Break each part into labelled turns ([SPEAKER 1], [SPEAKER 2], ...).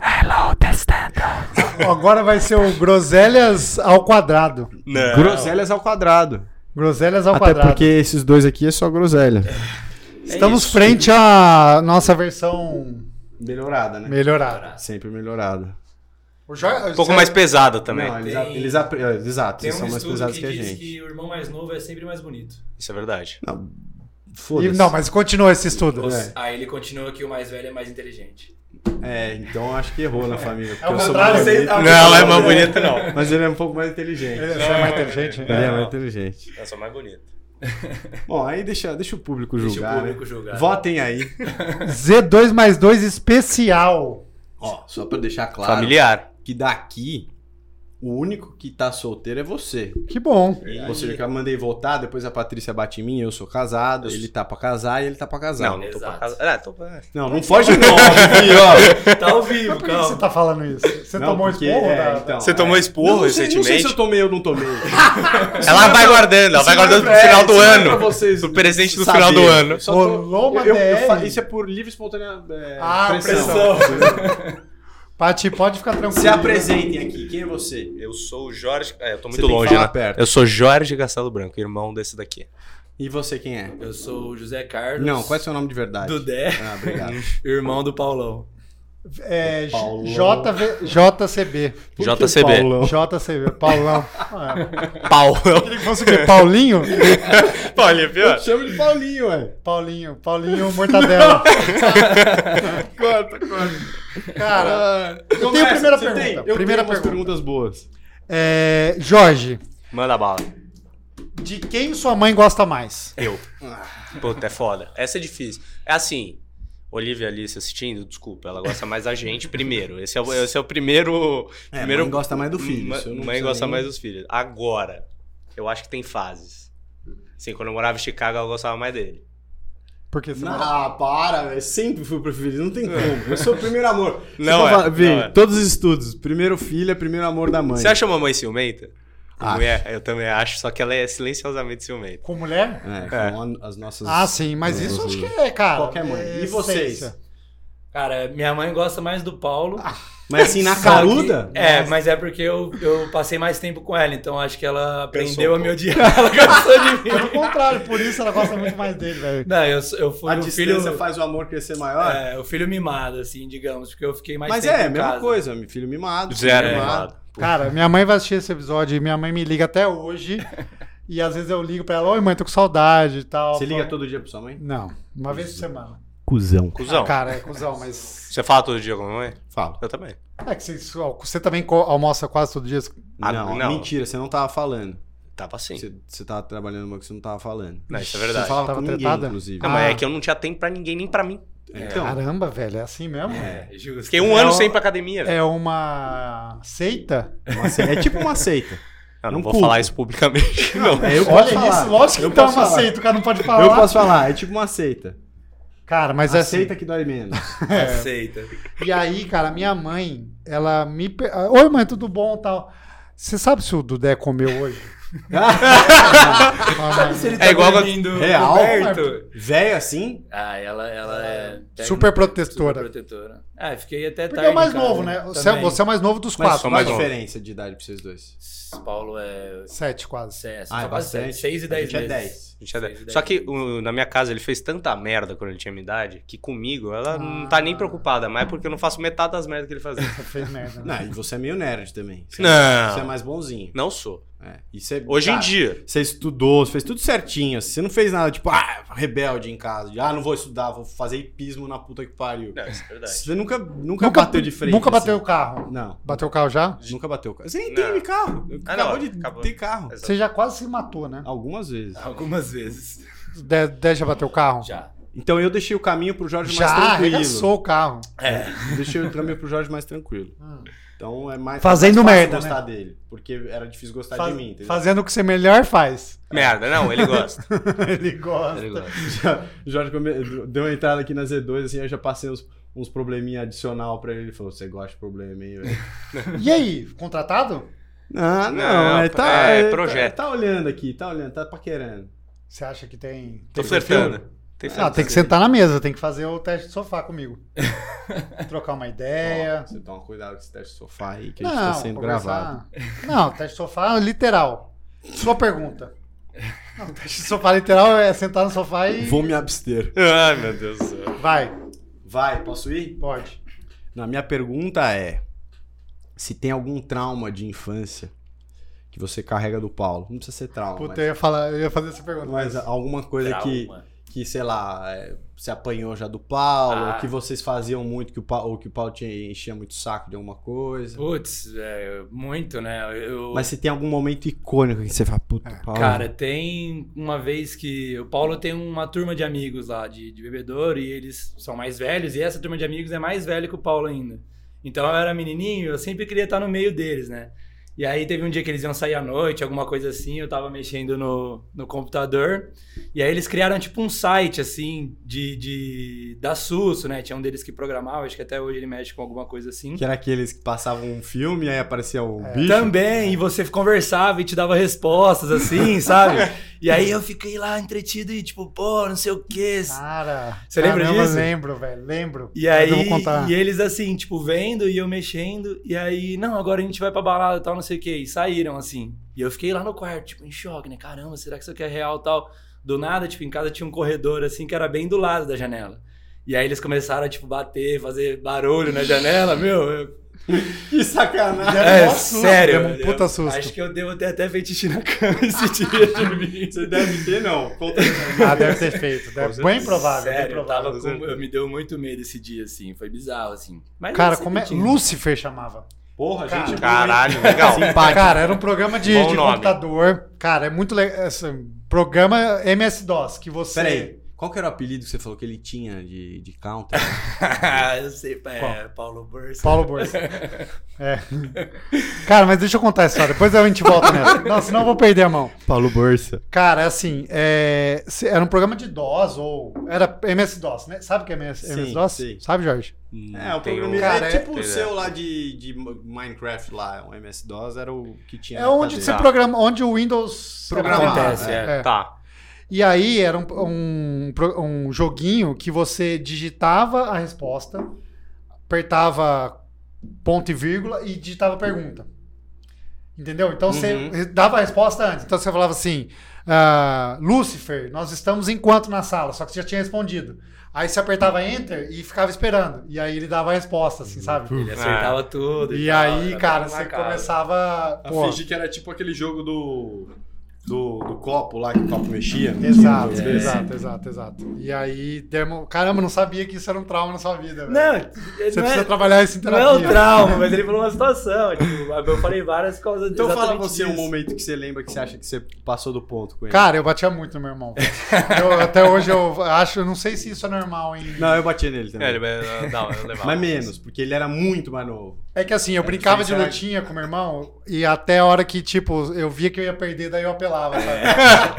[SPEAKER 1] Hello, testando.
[SPEAKER 2] Agora vai ser o groselhas ao quadrado.
[SPEAKER 3] Não.
[SPEAKER 4] Groselhas ao quadrado.
[SPEAKER 2] Groselhas ao
[SPEAKER 4] Até
[SPEAKER 2] quadrado. É
[SPEAKER 4] porque esses dois aqui é só groselha.
[SPEAKER 2] Estamos frente à nossa versão
[SPEAKER 4] Melhorada, né?
[SPEAKER 2] melhorada.
[SPEAKER 4] Sempre melhorada.
[SPEAKER 2] O Jorge-
[SPEAKER 3] Um pouco mais pesada também.
[SPEAKER 4] Não, eles,
[SPEAKER 5] Tem-
[SPEAKER 4] eles apre- é, Exato,
[SPEAKER 5] Tem
[SPEAKER 4] eles
[SPEAKER 5] um
[SPEAKER 4] são mais
[SPEAKER 5] estudo
[SPEAKER 4] pesados
[SPEAKER 5] que,
[SPEAKER 4] que, a
[SPEAKER 5] diz
[SPEAKER 4] gente.
[SPEAKER 5] que o irmão mais novo é sempre mais bonito.
[SPEAKER 3] Isso é verdade.
[SPEAKER 4] Não,
[SPEAKER 2] E-
[SPEAKER 4] foda-se.
[SPEAKER 2] não, mas continua esse estudo.
[SPEAKER 4] É.
[SPEAKER 5] Aí ele continua que o mais velho é mais inteligente.
[SPEAKER 4] É, então acho que errou na família.
[SPEAKER 6] É
[SPEAKER 4] Porque
[SPEAKER 2] ao
[SPEAKER 4] eu sou
[SPEAKER 2] contrário,
[SPEAKER 4] mais
[SPEAKER 2] você-
[SPEAKER 6] tá
[SPEAKER 4] bonito,
[SPEAKER 2] ao
[SPEAKER 3] Não, é mais bonita não.
[SPEAKER 4] mas ele é um pouco mais inteligente.
[SPEAKER 2] Ele é mais inteligente.
[SPEAKER 4] Ele é
[SPEAKER 3] Não.
[SPEAKER 4] mais inteligente.
[SPEAKER 3] Eu sou mais bonita.
[SPEAKER 4] Bom, aí deixa, deixa o público
[SPEAKER 5] Deixa
[SPEAKER 4] julgar.
[SPEAKER 5] o um público
[SPEAKER 4] né?
[SPEAKER 5] julgar.
[SPEAKER 4] Votem aí.
[SPEAKER 2] É. Z2 mais 2 especial.
[SPEAKER 6] Ó, só pra deixar claro
[SPEAKER 3] Familiar.
[SPEAKER 6] que daqui, o único que tá solteiro é você.
[SPEAKER 2] Que bom.
[SPEAKER 6] Ou seja, que eu mandei votar, depois a Patrícia bate em mim, eu sou casado, ele tá pra casar e ele tá pra casar.
[SPEAKER 3] Não, não tô pra
[SPEAKER 5] Exato.
[SPEAKER 3] casa. Ah, tô pra...
[SPEAKER 6] não, não foge não,
[SPEAKER 3] um
[SPEAKER 6] aqui,
[SPEAKER 5] Tá ao vivo,
[SPEAKER 2] Mas por que que você
[SPEAKER 5] calma.
[SPEAKER 2] tá falando isso? Você
[SPEAKER 6] Não,
[SPEAKER 3] um
[SPEAKER 2] tomou um
[SPEAKER 6] porque-
[SPEAKER 2] esporro
[SPEAKER 6] é,
[SPEAKER 2] da-
[SPEAKER 6] então.
[SPEAKER 3] Você tomou esporro
[SPEAKER 6] ó. não, sei,
[SPEAKER 3] recentemente?
[SPEAKER 6] não sei se eu tomei ou não tomei.
[SPEAKER 3] Ela vai guardando, ela vai guardando pro
[SPEAKER 6] É,
[SPEAKER 3] final do
[SPEAKER 6] isso não é pra
[SPEAKER 3] ano.
[SPEAKER 6] vocês
[SPEAKER 3] Pro presente do
[SPEAKER 6] saberem.
[SPEAKER 3] final do ano.
[SPEAKER 6] Eu só tô-
[SPEAKER 2] Rolou uma
[SPEAKER 6] eu- eu
[SPEAKER 2] DR.
[SPEAKER 6] fa- Isso é por livre e espontânea é,
[SPEAKER 2] Ah,
[SPEAKER 6] pressão.
[SPEAKER 2] Pati, pode ficar tranquilo.
[SPEAKER 6] Se apresentem aqui, quem é você?
[SPEAKER 3] Eu sou o Jorge. É, eu tô
[SPEAKER 6] Você
[SPEAKER 3] muito
[SPEAKER 6] tem que
[SPEAKER 3] longe,
[SPEAKER 6] falar
[SPEAKER 3] né?
[SPEAKER 6] perto.
[SPEAKER 3] Eu sou Jorge Castelo Branco, irmão desse daqui.
[SPEAKER 6] E você quem é?
[SPEAKER 5] Eu sou o José Carlos.
[SPEAKER 6] Não, qual é seu nome de verdade?
[SPEAKER 5] Dudé,
[SPEAKER 6] Ah, obrigado.
[SPEAKER 5] irmão do Paulão.
[SPEAKER 2] É, J-
[SPEAKER 6] Paulão.
[SPEAKER 2] JV, JCB.
[SPEAKER 3] JCB.
[SPEAKER 2] JCB. Paulão. Ah,
[SPEAKER 3] Pau.
[SPEAKER 2] queria que fosse o quê? Paulinho?
[SPEAKER 3] Olha,
[SPEAKER 6] Eu
[SPEAKER 3] pior.
[SPEAKER 6] te chamo de Paulinho, ué.
[SPEAKER 2] Paulinho. Paulinho Mortadela.
[SPEAKER 6] Corta, corta.
[SPEAKER 2] Cara, eu tenho a primeira pergunta.
[SPEAKER 6] Eu
[SPEAKER 2] primeira
[SPEAKER 6] tenho
[SPEAKER 2] pergunta.
[SPEAKER 6] umas perguntas boas.
[SPEAKER 2] É, Jorge,
[SPEAKER 3] Manda bala.
[SPEAKER 2] de quem sua mãe gosta mais?
[SPEAKER 3] Eu. Puta, é foda. Essa é difícil. É assim, Olivia Alice assistindo, desculpa, ela gosta mais da gente primeiro. Esse é o, esse é o primeiro.
[SPEAKER 6] É,
[SPEAKER 3] primeiro
[SPEAKER 6] mãe gosta mais do filho.
[SPEAKER 3] Ma-
[SPEAKER 6] isso eu não
[SPEAKER 3] mãe
[SPEAKER 6] preciso
[SPEAKER 3] gosta
[SPEAKER 6] nem-
[SPEAKER 3] mais dos filhos. Agora, eu acho que tem fases. Assim, quando eu morava em Chicago, ela gostava mais dele.
[SPEAKER 2] Porque você não-
[SPEAKER 6] Ah, para, velho. Sempre fui o preferido, não tem como. Eu sou o primeiro amor. Se
[SPEAKER 3] É. Não
[SPEAKER 6] for
[SPEAKER 3] é,
[SPEAKER 6] falar- Vem,
[SPEAKER 3] não é.
[SPEAKER 6] todos os estudos. Primeiro filho é primeiro amor da mãe.
[SPEAKER 3] Você acha uma mãe ciumenta?
[SPEAKER 6] Acho.
[SPEAKER 3] Mulher, eu também acho, só que ela é silenciosamente ciumenta.
[SPEAKER 2] com mulher?
[SPEAKER 6] É, como as nossas.
[SPEAKER 2] Ah, sim, mas isso acho que é, cara.
[SPEAKER 6] Qualquer mãe.
[SPEAKER 2] é
[SPEAKER 6] E vocês?
[SPEAKER 2] essência.
[SPEAKER 5] Cara, minha mãe gosta mais do Paulo.
[SPEAKER 4] Ah,
[SPEAKER 6] Mas assim, na
[SPEAKER 5] Só
[SPEAKER 6] caruda.
[SPEAKER 5] que- é, mas é porque eu, eu passei mais tempo com ela, então acho que ela
[SPEAKER 3] Pensou
[SPEAKER 5] aprendeu
[SPEAKER 3] um
[SPEAKER 5] a me odiar. Ela cansou de mim.
[SPEAKER 2] Pelo contrário, por isso ela gosta muito mais dele, velho.
[SPEAKER 5] Não, eu, sou- eu fui
[SPEAKER 6] A
[SPEAKER 5] o
[SPEAKER 6] distância
[SPEAKER 5] um filho.
[SPEAKER 6] faz o amor crescer maior.
[SPEAKER 5] É, o filho mimado, assim, digamos, porque eu fiquei mais
[SPEAKER 6] mas
[SPEAKER 5] tempo
[SPEAKER 6] é,
[SPEAKER 5] em
[SPEAKER 6] mesma
[SPEAKER 5] casa.
[SPEAKER 6] coisa. Filho mimado.
[SPEAKER 3] Zero,
[SPEAKER 6] filho
[SPEAKER 3] mano.
[SPEAKER 2] Cara, minha mãe vai assistir esse episódio e minha mãe me liga até hoje. e às vezes eu ligo pra ela, oi mãe, tô com saudade e tal.
[SPEAKER 6] Você liga
[SPEAKER 2] todo?
[SPEAKER 6] todo dia pra sua mãe?
[SPEAKER 2] Não, uma vez por semana.
[SPEAKER 6] Cusão.
[SPEAKER 3] Cusão.
[SPEAKER 2] Ah, cara, é cuzão, mas.
[SPEAKER 3] Você fala todo dia com a mamãe?
[SPEAKER 6] Falo.
[SPEAKER 3] Eu também.
[SPEAKER 2] É que você, você também co- almoça quase todo dia.
[SPEAKER 3] Ah,
[SPEAKER 6] não,
[SPEAKER 3] não.
[SPEAKER 6] mentira, você não tava falando.
[SPEAKER 3] Tava assim.
[SPEAKER 6] Você, você tava trabalhando no banco, você não tava falando.
[SPEAKER 3] Não, isso é
[SPEAKER 6] Você
[SPEAKER 3] verdade.
[SPEAKER 6] falava
[SPEAKER 2] Tava
[SPEAKER 6] com ninguém,
[SPEAKER 2] tretada?
[SPEAKER 6] inclusive.
[SPEAKER 3] Não, mas
[SPEAKER 2] Ah.
[SPEAKER 3] é que eu não tinha tempo pra ninguém, nem pra mim.
[SPEAKER 6] Então,
[SPEAKER 2] Caramba, velho, é assim mesmo? É,
[SPEAKER 5] É, justo.
[SPEAKER 3] Fiquei um
[SPEAKER 2] É
[SPEAKER 3] ano
[SPEAKER 2] o-
[SPEAKER 3] sem ir pra academia, velho.
[SPEAKER 2] uma seita?
[SPEAKER 6] uma se- é tipo uma seita.
[SPEAKER 3] Eu não,
[SPEAKER 6] um
[SPEAKER 3] vou
[SPEAKER 6] culto.
[SPEAKER 3] falar isso publicamente, não.
[SPEAKER 6] É, eu
[SPEAKER 2] Olha
[SPEAKER 6] posso falar.
[SPEAKER 2] isso, lógico
[SPEAKER 6] eu
[SPEAKER 2] que tá
[SPEAKER 6] posso
[SPEAKER 2] uma
[SPEAKER 6] falar.
[SPEAKER 2] seita, o cara não pode falar.
[SPEAKER 6] Eu posso falar, é tipo uma seita.
[SPEAKER 2] Cara, mas
[SPEAKER 6] Mas
[SPEAKER 2] é
[SPEAKER 6] a
[SPEAKER 2] assim.
[SPEAKER 6] seita que dói menos.
[SPEAKER 5] Aceita.
[SPEAKER 2] E aí, cara, minha mãe, ela me. pe- Oi, mãe, tudo bom tal. Você sabe se o Dudé comeu hoje? Ah, mãe,
[SPEAKER 5] Ele
[SPEAKER 3] tá É igual a-
[SPEAKER 5] dormindo
[SPEAKER 6] Real?
[SPEAKER 5] coberto.
[SPEAKER 6] Velho assim?
[SPEAKER 5] Ah, ela, ela é. pega-
[SPEAKER 2] Super protetora.
[SPEAKER 5] Super protetora. Ah, eu fiquei até
[SPEAKER 2] Porque
[SPEAKER 5] tarde.
[SPEAKER 2] é o mais
[SPEAKER 5] em casa
[SPEAKER 2] novo, né? Você é,
[SPEAKER 5] também.
[SPEAKER 2] você é o mais novo dos
[SPEAKER 6] Mas
[SPEAKER 2] quatro.
[SPEAKER 6] qual
[SPEAKER 3] mais
[SPEAKER 6] a
[SPEAKER 3] um.
[SPEAKER 6] diferença de idade pra vocês dois?
[SPEAKER 5] Paulo é.
[SPEAKER 2] Sete, quase.
[SPEAKER 5] é
[SPEAKER 6] Ah, é bastante.
[SPEAKER 5] 6 e
[SPEAKER 6] A
[SPEAKER 5] 10
[SPEAKER 6] gente é
[SPEAKER 5] vezes.
[SPEAKER 6] dez.
[SPEAKER 3] A gente é da-
[SPEAKER 5] Seis, dez
[SPEAKER 3] Só que
[SPEAKER 5] vezes.
[SPEAKER 3] o- na minha casa ele fez tanta merda quando ele tinha minha idade que comigo ela não
[SPEAKER 2] Ah.
[SPEAKER 3] tá nem preocupada, mas porque eu não faço metade das merdas que ele fazia.
[SPEAKER 2] Você fez merda. né?
[SPEAKER 6] Não, e você é meio nerd também. Você
[SPEAKER 3] Não.
[SPEAKER 6] Você é mais bonzinho.
[SPEAKER 3] Não sou.
[SPEAKER 6] É. E você-
[SPEAKER 3] Hoje em
[SPEAKER 6] cara,
[SPEAKER 3] dia.
[SPEAKER 6] Você estudou, você fez tudo certinho. assim, Você não fez nada tipo, ah, rebelde em casa. De, ah, não vou estudar, vou fazer hipismo na puta que pariu.
[SPEAKER 3] Não, isso é verdade.
[SPEAKER 6] Você nunca, nunca, bateu de frente.
[SPEAKER 2] Nunca bateu o
[SPEAKER 6] assim.
[SPEAKER 2] carro.
[SPEAKER 6] Não.
[SPEAKER 2] Bateu o carro já?
[SPEAKER 6] Nunca bateu o carro. Você nem
[SPEAKER 3] Não.
[SPEAKER 6] teve carro.
[SPEAKER 3] Ah,
[SPEAKER 6] acabou
[SPEAKER 3] não,
[SPEAKER 6] de
[SPEAKER 3] acabou.
[SPEAKER 6] ter carro.
[SPEAKER 2] Você já quase se matou, né?
[SPEAKER 6] Algumas vezes.
[SPEAKER 5] Algumas vezes.
[SPEAKER 2] O Dé Dé já bateu o carro?
[SPEAKER 5] Já.
[SPEAKER 6] Então eu deixei o caminho pro Jorge
[SPEAKER 2] Já
[SPEAKER 6] mais tranquilo.
[SPEAKER 2] arregaçou o carro.
[SPEAKER 6] Eu Deixei o caminho pro Jorge mais tranquilo.
[SPEAKER 2] Hum.
[SPEAKER 6] Então é mais
[SPEAKER 2] Fazendo
[SPEAKER 6] é mais
[SPEAKER 2] merda,
[SPEAKER 6] gostar dele, porque era difícil gostar
[SPEAKER 2] Faz-
[SPEAKER 6] de mim, entendeu?
[SPEAKER 2] fazendo o que você melhor faz.
[SPEAKER 3] Merda, não, ele gosta.
[SPEAKER 2] Ele gosta.
[SPEAKER 3] Ele gosta.
[SPEAKER 6] O Jorge come- deu uma entrada aqui na Z2 assim, eu já passei uns uns probleminha adicional pra ele, ele falou: "Você gosta de problema, hein, velho?"
[SPEAKER 2] E aí, contratado?
[SPEAKER 6] Não,
[SPEAKER 3] Não,
[SPEAKER 6] é,
[SPEAKER 3] é
[SPEAKER 6] tá,
[SPEAKER 3] projeto.
[SPEAKER 6] Tá, tá olhando aqui, tá olhando, tá paquerando.
[SPEAKER 2] Você acha que tem.
[SPEAKER 3] Tô
[SPEAKER 2] tem
[SPEAKER 3] flertando. Tem
[SPEAKER 2] Ah, tem que sentar na mesa, tem que fazer o teste de sofá comigo. Trocar uma
[SPEAKER 6] Ó,
[SPEAKER 2] ideia.
[SPEAKER 6] Você toma cuidado com esse teste de sofá aí, que a
[SPEAKER 2] não,
[SPEAKER 6] gente tá sendo
[SPEAKER 2] conversar-
[SPEAKER 6] gravado.
[SPEAKER 2] Não, teste de sofá literal. Sua pergunta. Não, teste de sofá literal é sentar no sofá e.
[SPEAKER 6] Vou me abster.
[SPEAKER 3] Ai, meu Deus do céu.
[SPEAKER 2] Vai,
[SPEAKER 6] Vai, posso ir?
[SPEAKER 2] pode.
[SPEAKER 6] Na minha pergunta é se tem algum trauma de infância que você carrega do Paulo. Não precisa ser trauma,
[SPEAKER 2] Puta, eu ia, falar, eu ia fazer essa pergunta.
[SPEAKER 6] mas, mas alguma coisa que,
[SPEAKER 5] Trauma.
[SPEAKER 6] que, sei lá, é, você apanhou já do Paulo,
[SPEAKER 5] Ah.
[SPEAKER 6] ou que vocês faziam muito, que o Paulo, ou que o Paulo tinha, enchia muito o saco de alguma coisa.
[SPEAKER 5] Putz, é, muito, né? Eu,
[SPEAKER 6] Mas se tem algum momento icônico que você fala, puta,
[SPEAKER 2] É,
[SPEAKER 6] Paulo.
[SPEAKER 5] Cara, tem uma vez que o Paulo tem uma turma de amigos lá de, de bebedouro e eles são mais velhos e essa turma de amigos é mais velha que o Paulo ainda. Então eu era menininho, eu sempre queria estar no meio deles, né? E aí teve um dia que eles iam sair à noite, alguma coisa assim, eu tava mexendo no, no computador. E aí eles criaram tipo um site assim de, de da SUS, né? Tinha um deles que programava, acho que até hoje ele mexe com alguma coisa assim.
[SPEAKER 6] que era aqueles que passavam um filme e aí aparecia um
[SPEAKER 2] É.
[SPEAKER 6] bicho.
[SPEAKER 5] Também, e você conversava e te dava respostas, assim, sabe? E aí eu fiquei lá entretido e tipo, pô, não sei o quê.
[SPEAKER 2] Cara,
[SPEAKER 5] Você lembra
[SPEAKER 2] caramba,
[SPEAKER 5] disso?
[SPEAKER 2] lembro, velho, lembro.
[SPEAKER 5] E
[SPEAKER 2] Ah, Mas
[SPEAKER 5] aí,
[SPEAKER 2] eu vou contar.
[SPEAKER 5] e eles assim, tipo, vendo e eu mexendo. E aí, não, agora a gente vai pra balada e tal, não sei o quê. E saíram, assim. E eu fiquei lá no quarto, tipo, em choque, né? Caramba, será que isso aqui é real e tal? Do nada, tipo, em casa tinha um corredor, assim, que era bem do lado da janela. E aí eles começaram a, tipo, bater, fazer barulho na janela, meu. Eu...
[SPEAKER 6] Que sacanagem.
[SPEAKER 2] Deve
[SPEAKER 5] É,
[SPEAKER 2] um susto,
[SPEAKER 5] sério.
[SPEAKER 2] deve um puta susto.
[SPEAKER 5] Acho que eu devo ter até feito xixi na cama esse dia de mim.
[SPEAKER 6] Você deve ter, não. Conta
[SPEAKER 2] Ah, deve ter feito. Deve... Bem provável, bem
[SPEAKER 5] Sério, eu
[SPEAKER 2] provável.
[SPEAKER 5] tava com- eu me deu muito medo esse dia, assim. Foi bizarro, assim. Mas
[SPEAKER 2] Cara,
[SPEAKER 5] eu sempre
[SPEAKER 2] como é.
[SPEAKER 5] tinha.
[SPEAKER 2] Lúcifer chamava.
[SPEAKER 6] Porra,
[SPEAKER 2] Cara,
[SPEAKER 6] gente.
[SPEAKER 3] Caralho, legal.
[SPEAKER 2] Cara, era um programa de,
[SPEAKER 3] Bom
[SPEAKER 2] de
[SPEAKER 3] nome.
[SPEAKER 2] computador. Cara, é muito legal. programa MS-DOS, que você.
[SPEAKER 6] Peraí, qual que era o apelido que você falou que ele tinha de, de counter?
[SPEAKER 5] eu sei, é, Paulo Bursa.
[SPEAKER 2] Paulo Borges. É. Cara, mas deixa eu contar a história. Depois a gente volta nessa. Não, senão eu vou perder a mão.
[SPEAKER 6] Paulo Borsa.
[SPEAKER 2] Cara, assim, é, se- era um programa de DOS ou. Era MS-DOS, né? Sabe o que é MS-
[SPEAKER 6] Sim,
[SPEAKER 2] MS-DOS?
[SPEAKER 6] sim.
[SPEAKER 2] Sabe, Jorge?
[SPEAKER 6] É, o
[SPEAKER 3] Tem
[SPEAKER 6] programa
[SPEAKER 2] um- Cara,
[SPEAKER 6] é
[SPEAKER 2] é-
[SPEAKER 6] tipo o
[SPEAKER 3] tem,
[SPEAKER 6] seu lá de, de Minecraft lá, um o MS-DOS, era o que tinha.
[SPEAKER 2] É
[SPEAKER 6] na
[SPEAKER 2] onde você
[SPEAKER 6] cadeira.
[SPEAKER 2] programa, onde o Windows
[SPEAKER 6] Programava.
[SPEAKER 5] Acontece,
[SPEAKER 2] É.
[SPEAKER 5] é.
[SPEAKER 3] Tá.
[SPEAKER 2] E aí era um, um, pro- um joguinho que você digitava a resposta, apertava ponto e vírgula e digitava a pergunta. Entendeu? Então você
[SPEAKER 6] Uhum.
[SPEAKER 2] re- dava a resposta antes. Então você falava assim: ah, Lúcifer, nós estamos enquanto na sala, só que você já tinha respondido. Aí você apertava enter e ficava esperando. E aí ele dava a resposta, assim, sabe?
[SPEAKER 5] Ele acertava tudo.
[SPEAKER 2] E
[SPEAKER 5] tal,
[SPEAKER 2] aí,
[SPEAKER 5] Uhum. era
[SPEAKER 2] cara,
[SPEAKER 5] tudo
[SPEAKER 2] você
[SPEAKER 5] marcado.
[SPEAKER 2] começava.
[SPEAKER 6] Eu
[SPEAKER 2] pô,
[SPEAKER 6] fingi que era tipo aquele jogo do. Do, do copo lá, que o copo mexia. Tipo, não
[SPEAKER 2] Exato,
[SPEAKER 5] É.
[SPEAKER 6] tinha?
[SPEAKER 2] exato, exato, exato. E aí, demo... caramba, não sabia que isso era um trauma na sua vida, velho.
[SPEAKER 5] Não,
[SPEAKER 2] Você
[SPEAKER 5] não,
[SPEAKER 2] precisa
[SPEAKER 5] é,
[SPEAKER 2] trabalhar isso em
[SPEAKER 5] não é um
[SPEAKER 2] terapia.
[SPEAKER 5] trauma, mas ele falou uma situação. Tipo, eu falei várias coisas.
[SPEAKER 6] Então fala
[SPEAKER 5] exatamente
[SPEAKER 6] você um
[SPEAKER 5] disso.
[SPEAKER 6] momento que você lembra que você acha que você passou do ponto com ele.
[SPEAKER 2] Cara, eu batia muito no meu irmão. velho. Eu- até hoje eu acho, eu não sei se isso é normal, hein?
[SPEAKER 6] Não, eu bati nele também.
[SPEAKER 3] É, ele- não, eu levava.
[SPEAKER 6] Mas menos, porque ele era muito mais novo.
[SPEAKER 2] É que assim, eu brincava
[SPEAKER 6] sei se
[SPEAKER 2] de
[SPEAKER 6] era-
[SPEAKER 2] lutinha com meu irmão e até a hora que, tipo, eu via que eu ia perder, daí eu apelava, sabe?
[SPEAKER 5] É.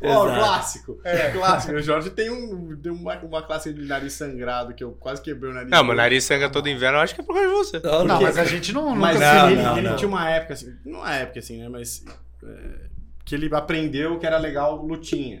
[SPEAKER 6] Ó,
[SPEAKER 5] Exato.
[SPEAKER 6] clássico.
[SPEAKER 2] É.
[SPEAKER 6] Clássico. O Jorge tem, um, tem uma, uma classe de nariz sangrado que eu quase quebrei o nariz.
[SPEAKER 3] Não, meu
[SPEAKER 6] dele.
[SPEAKER 3] nariz sangra todo inverno, eu acho que é por causa de você.
[SPEAKER 5] Não,
[SPEAKER 2] Não,
[SPEAKER 5] porque-
[SPEAKER 2] mas a gente não, nunca
[SPEAKER 6] Mas
[SPEAKER 2] se-
[SPEAKER 5] não,
[SPEAKER 6] ele,
[SPEAKER 5] não,
[SPEAKER 6] ele
[SPEAKER 5] não.
[SPEAKER 6] tinha uma época assim, não uma época assim, né? Mas é, que ele aprendeu que era legal lutinha.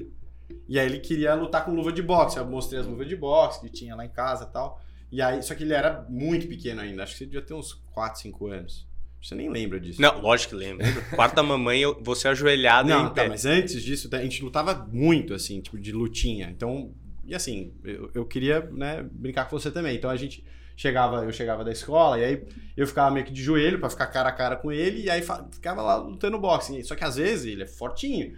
[SPEAKER 6] E aí ele queria lutar com luva de boxe. Eu mostrei as luvas de boxe que tinha lá em casa e tal. E aí, só que ele era muito pequeno ainda. Acho que ele devia ter uns 4, 5 anos. Você nem lembra disso.
[SPEAKER 3] Não, lógico que lembro. Quarto da mamãe, eu, você ajoelhado
[SPEAKER 6] Não,
[SPEAKER 3] em
[SPEAKER 6] tá,
[SPEAKER 3] pé.
[SPEAKER 6] mas antes disso, a gente lutava muito, assim, tipo, de lutinha. Então, e assim, eu, eu queria, né, brincar com você também. Então a gente chegava, eu chegava da escola, e aí eu ficava meio que de joelho pra ficar cara a cara com ele, e aí fa- ficava lá lutando boxe. Só que às vezes ele é fortinho.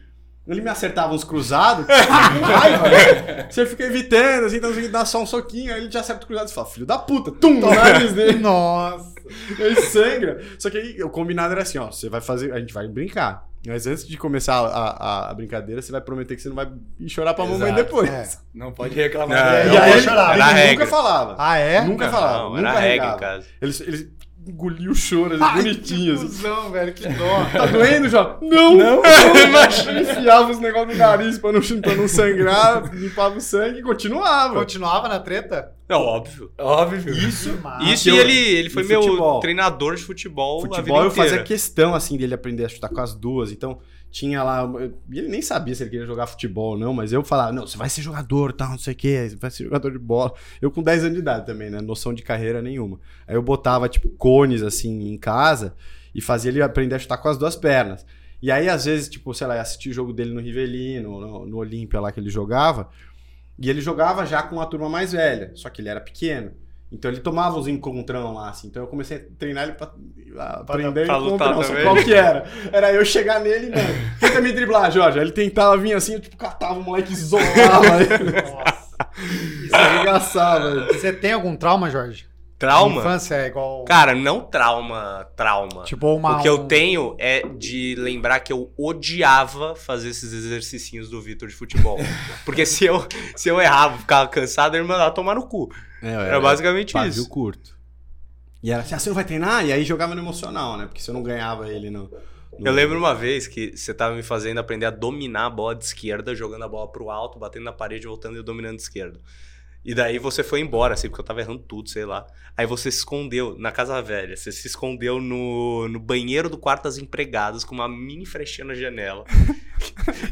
[SPEAKER 6] Ele me acertava uns cruzados, com raiva, né? você fica evitando, assim, então você dá só um soquinho, aí ele te acerta o cruzado e fala, filho da puta, tum, né?" no nariz dele.
[SPEAKER 2] Nossa.
[SPEAKER 6] Ele sangra. Só que aí, o combinado era assim, ó. Você vai fazer. A gente vai brincar. Mas antes de começar a, a- a brincadeira, você vai prometer que você não vai ir chorar pra mamãe
[SPEAKER 5] Exato.
[SPEAKER 6] depois.
[SPEAKER 2] É.
[SPEAKER 5] Não pode reclamar.
[SPEAKER 3] Não,
[SPEAKER 2] É,
[SPEAKER 6] E
[SPEAKER 2] eu
[SPEAKER 6] aí
[SPEAKER 2] vou
[SPEAKER 6] ele,
[SPEAKER 2] chorar.
[SPEAKER 6] ele
[SPEAKER 3] Era
[SPEAKER 6] nunca
[SPEAKER 3] regra.
[SPEAKER 6] falava.
[SPEAKER 2] Ah, é?
[SPEAKER 6] Nunca falava.
[SPEAKER 3] Não,
[SPEAKER 6] nunca
[SPEAKER 3] era regra
[SPEAKER 6] regava.
[SPEAKER 3] em casa.
[SPEAKER 6] Ele, ele engoliu o choro, assim,
[SPEAKER 2] Ai,
[SPEAKER 6] bonitinho.
[SPEAKER 2] Que
[SPEAKER 6] assim.
[SPEAKER 2] cuzão, velho, que dó.
[SPEAKER 6] Tá doendo já? Não! Não! Enfiava os negócios no nariz pra não, pra não sangrar, limpava o sangue e continuava.
[SPEAKER 2] Continuava na treta?
[SPEAKER 3] Não, óbvio.
[SPEAKER 5] Óbvio.
[SPEAKER 2] Isso,
[SPEAKER 3] Isso e
[SPEAKER 6] eu-
[SPEAKER 3] ele, ele foi
[SPEAKER 6] Ah, e
[SPEAKER 3] meu
[SPEAKER 6] futebol.
[SPEAKER 3] treinador de futebol, a
[SPEAKER 6] Futebol eu
[SPEAKER 3] vida inteira.
[SPEAKER 6] fazia questão, assim, dele aprender a chutar com as duas. Então, tinha lá. eu- e Ele nem sabia se ele queria jogar futebol ou não, mas eu falava: não, você vai ser jogador, tal, não sei o quê, você vai ser jogador de bola. Eu com 10 anos de idade também, né? Noção de carreira nenhuma. Aí eu botava, tipo, cones assim em casa e fazia ele aprender a chutar com as duas pernas. E aí, às vezes, tipo, sei lá, assistia o jogo dele no Rivelino, no, no Olímpia lá que ele jogava. E ele jogava já com uma turma mais velha, só que ele era pequeno. Então ele tomava os encontrão lá, assim. Então eu comecei a treinar ele pra, a aprender
[SPEAKER 3] pra
[SPEAKER 6] o
[SPEAKER 3] lutar
[SPEAKER 6] encontrão. Só
[SPEAKER 3] também.
[SPEAKER 6] qual que era? Era eu chegar nele, mano. Tenta me driblar, Jorge. Aí Ele tentava vir assim, eu tipo, catava o moleque e isolava ele.
[SPEAKER 2] Nossa.
[SPEAKER 6] Isso arregaçava. ele.
[SPEAKER 2] é Você tem algum trauma, Jorge? De
[SPEAKER 3] Trauma?
[SPEAKER 2] infância é igual.
[SPEAKER 3] Cara, não trauma, trauma.
[SPEAKER 2] Tipo, uma.
[SPEAKER 3] o que eu
[SPEAKER 2] um-
[SPEAKER 3] tenho é de lembrar que eu odiava fazer esses exercicinhos do Vitor de futebol. Porque se eu, se eu errava, ficava cansado, ele me mandava tomar no cu.
[SPEAKER 6] É, eu
[SPEAKER 3] Era basicamente
[SPEAKER 6] pavio
[SPEAKER 3] isso.
[SPEAKER 6] curto. E era assim, ah, você não vai treinar? E aí jogava no emocional, né? Porque você não ganhava ele no... no-
[SPEAKER 3] Eu lembro uma vez que você tava me fazendo aprender a dominar a bola de esquerda, jogando a bola pro alto, batendo na parede, voltando e eu dominando de esquerda. E daí você foi embora, assim, porque eu tava errando tudo, sei lá. Aí você se escondeu na casa velha, você se escondeu no, no banheiro do quarto das empregadas com uma mini frechinha na janela.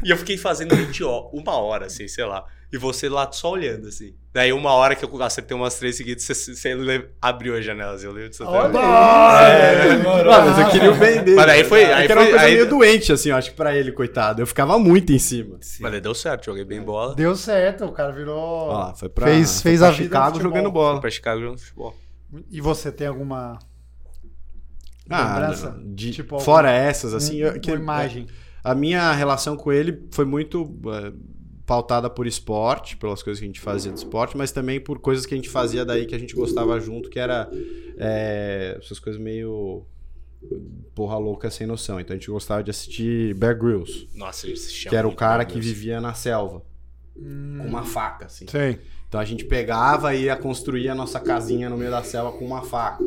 [SPEAKER 3] e eu fiquei fazendo um gente, ó, uma hora, assim, sei lá. E você lá só olhando, assim. Daí uma hora que eu acertei umas três seguidas, você, você le- abriu as janelas, eu lembro disso até
[SPEAKER 2] Olha
[SPEAKER 3] hoje.
[SPEAKER 2] aí.
[SPEAKER 6] É, mano, mas eu queria o bem dele.
[SPEAKER 3] Mas aí foi-
[SPEAKER 6] É
[SPEAKER 3] aí
[SPEAKER 6] que era uma
[SPEAKER 3] foi-
[SPEAKER 6] coisa
[SPEAKER 3] aí-
[SPEAKER 6] meio doente, assim, eu acho que pra ele, coitado. Eu ficava muito em cima.
[SPEAKER 3] Mas daí deu certo, joguei bem bola.
[SPEAKER 2] Deu certo, o cara virou.
[SPEAKER 6] Ó, lá, foi pra,
[SPEAKER 2] Fez-
[SPEAKER 6] foi
[SPEAKER 2] fez
[SPEAKER 6] pra
[SPEAKER 2] a vida
[SPEAKER 6] Chicago
[SPEAKER 2] no futebol.
[SPEAKER 6] jogando bola.
[SPEAKER 3] Pra Chicago jogando futebol.
[SPEAKER 2] E você tem alguma. lembrança?
[SPEAKER 6] Ah, de,
[SPEAKER 2] Tipo,
[SPEAKER 6] fora essas, assim,
[SPEAKER 2] um-
[SPEAKER 6] eu- que-
[SPEAKER 2] uma imagem.
[SPEAKER 6] A minha relação com ele foi muito eh, pautada por esporte, pelas coisas que a gente fazia de esporte, mas também por coisas que a gente fazia daí que a gente gostava junto, que era eh, essas coisas meio porra louca sem noção. Então a gente gostava de assistir Bear Grylls,
[SPEAKER 3] Nossa, ele se chama.
[SPEAKER 6] que era o
[SPEAKER 3] muito,
[SPEAKER 6] cara
[SPEAKER 3] meu
[SPEAKER 6] que
[SPEAKER 3] Deus.
[SPEAKER 6] vivia na selva,
[SPEAKER 2] Hum.
[SPEAKER 6] com
[SPEAKER 3] Uhum.
[SPEAKER 6] uma faca, assim.
[SPEAKER 2] Sei.
[SPEAKER 6] Então a gente pegava e ia construir a nossa casinha no meio da selva com uma faca.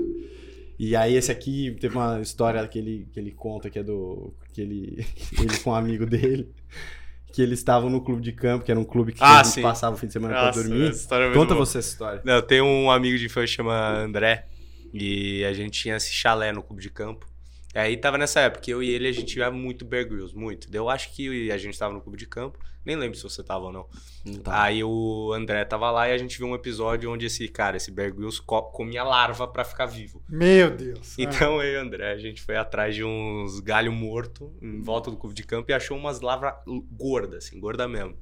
[SPEAKER 6] E aí esse aqui teve uma história que ele, que ele conta que é do. que ele, ele com um amigo dele. Que eles estavam no clube de campo, que era um clube que
[SPEAKER 3] Ah,
[SPEAKER 6] a gente
[SPEAKER 3] sim.
[SPEAKER 6] passava o fim de semana
[SPEAKER 3] Nossa,
[SPEAKER 6] pra
[SPEAKER 3] essa
[SPEAKER 6] dormir.
[SPEAKER 3] história é muito
[SPEAKER 6] Conta
[SPEAKER 3] boa.
[SPEAKER 6] você essa história.
[SPEAKER 3] Não, eu tenho um amigo de infância que chama André. E a gente tinha esse chalé no clube de campo. E aí tava nessa época, eu e ele, a gente ia muito Bear Grylls, muito. Daí Eu acho que a gente tava no clube de campo, nem lembro se você tava ou não.
[SPEAKER 6] Tá.
[SPEAKER 3] Aí o André tava lá e a gente viu um episódio onde esse cara, esse Bear Grylls, co- comia larva pra ficar vivo.
[SPEAKER 2] Meu
[SPEAKER 6] Ah.
[SPEAKER 2] Deus.
[SPEAKER 3] Então eu e o André, a gente foi atrás de uns galho morto
[SPEAKER 6] Hum.
[SPEAKER 3] em volta do clube de campo e achou umas lavras gordas, assim, gorda mesmo.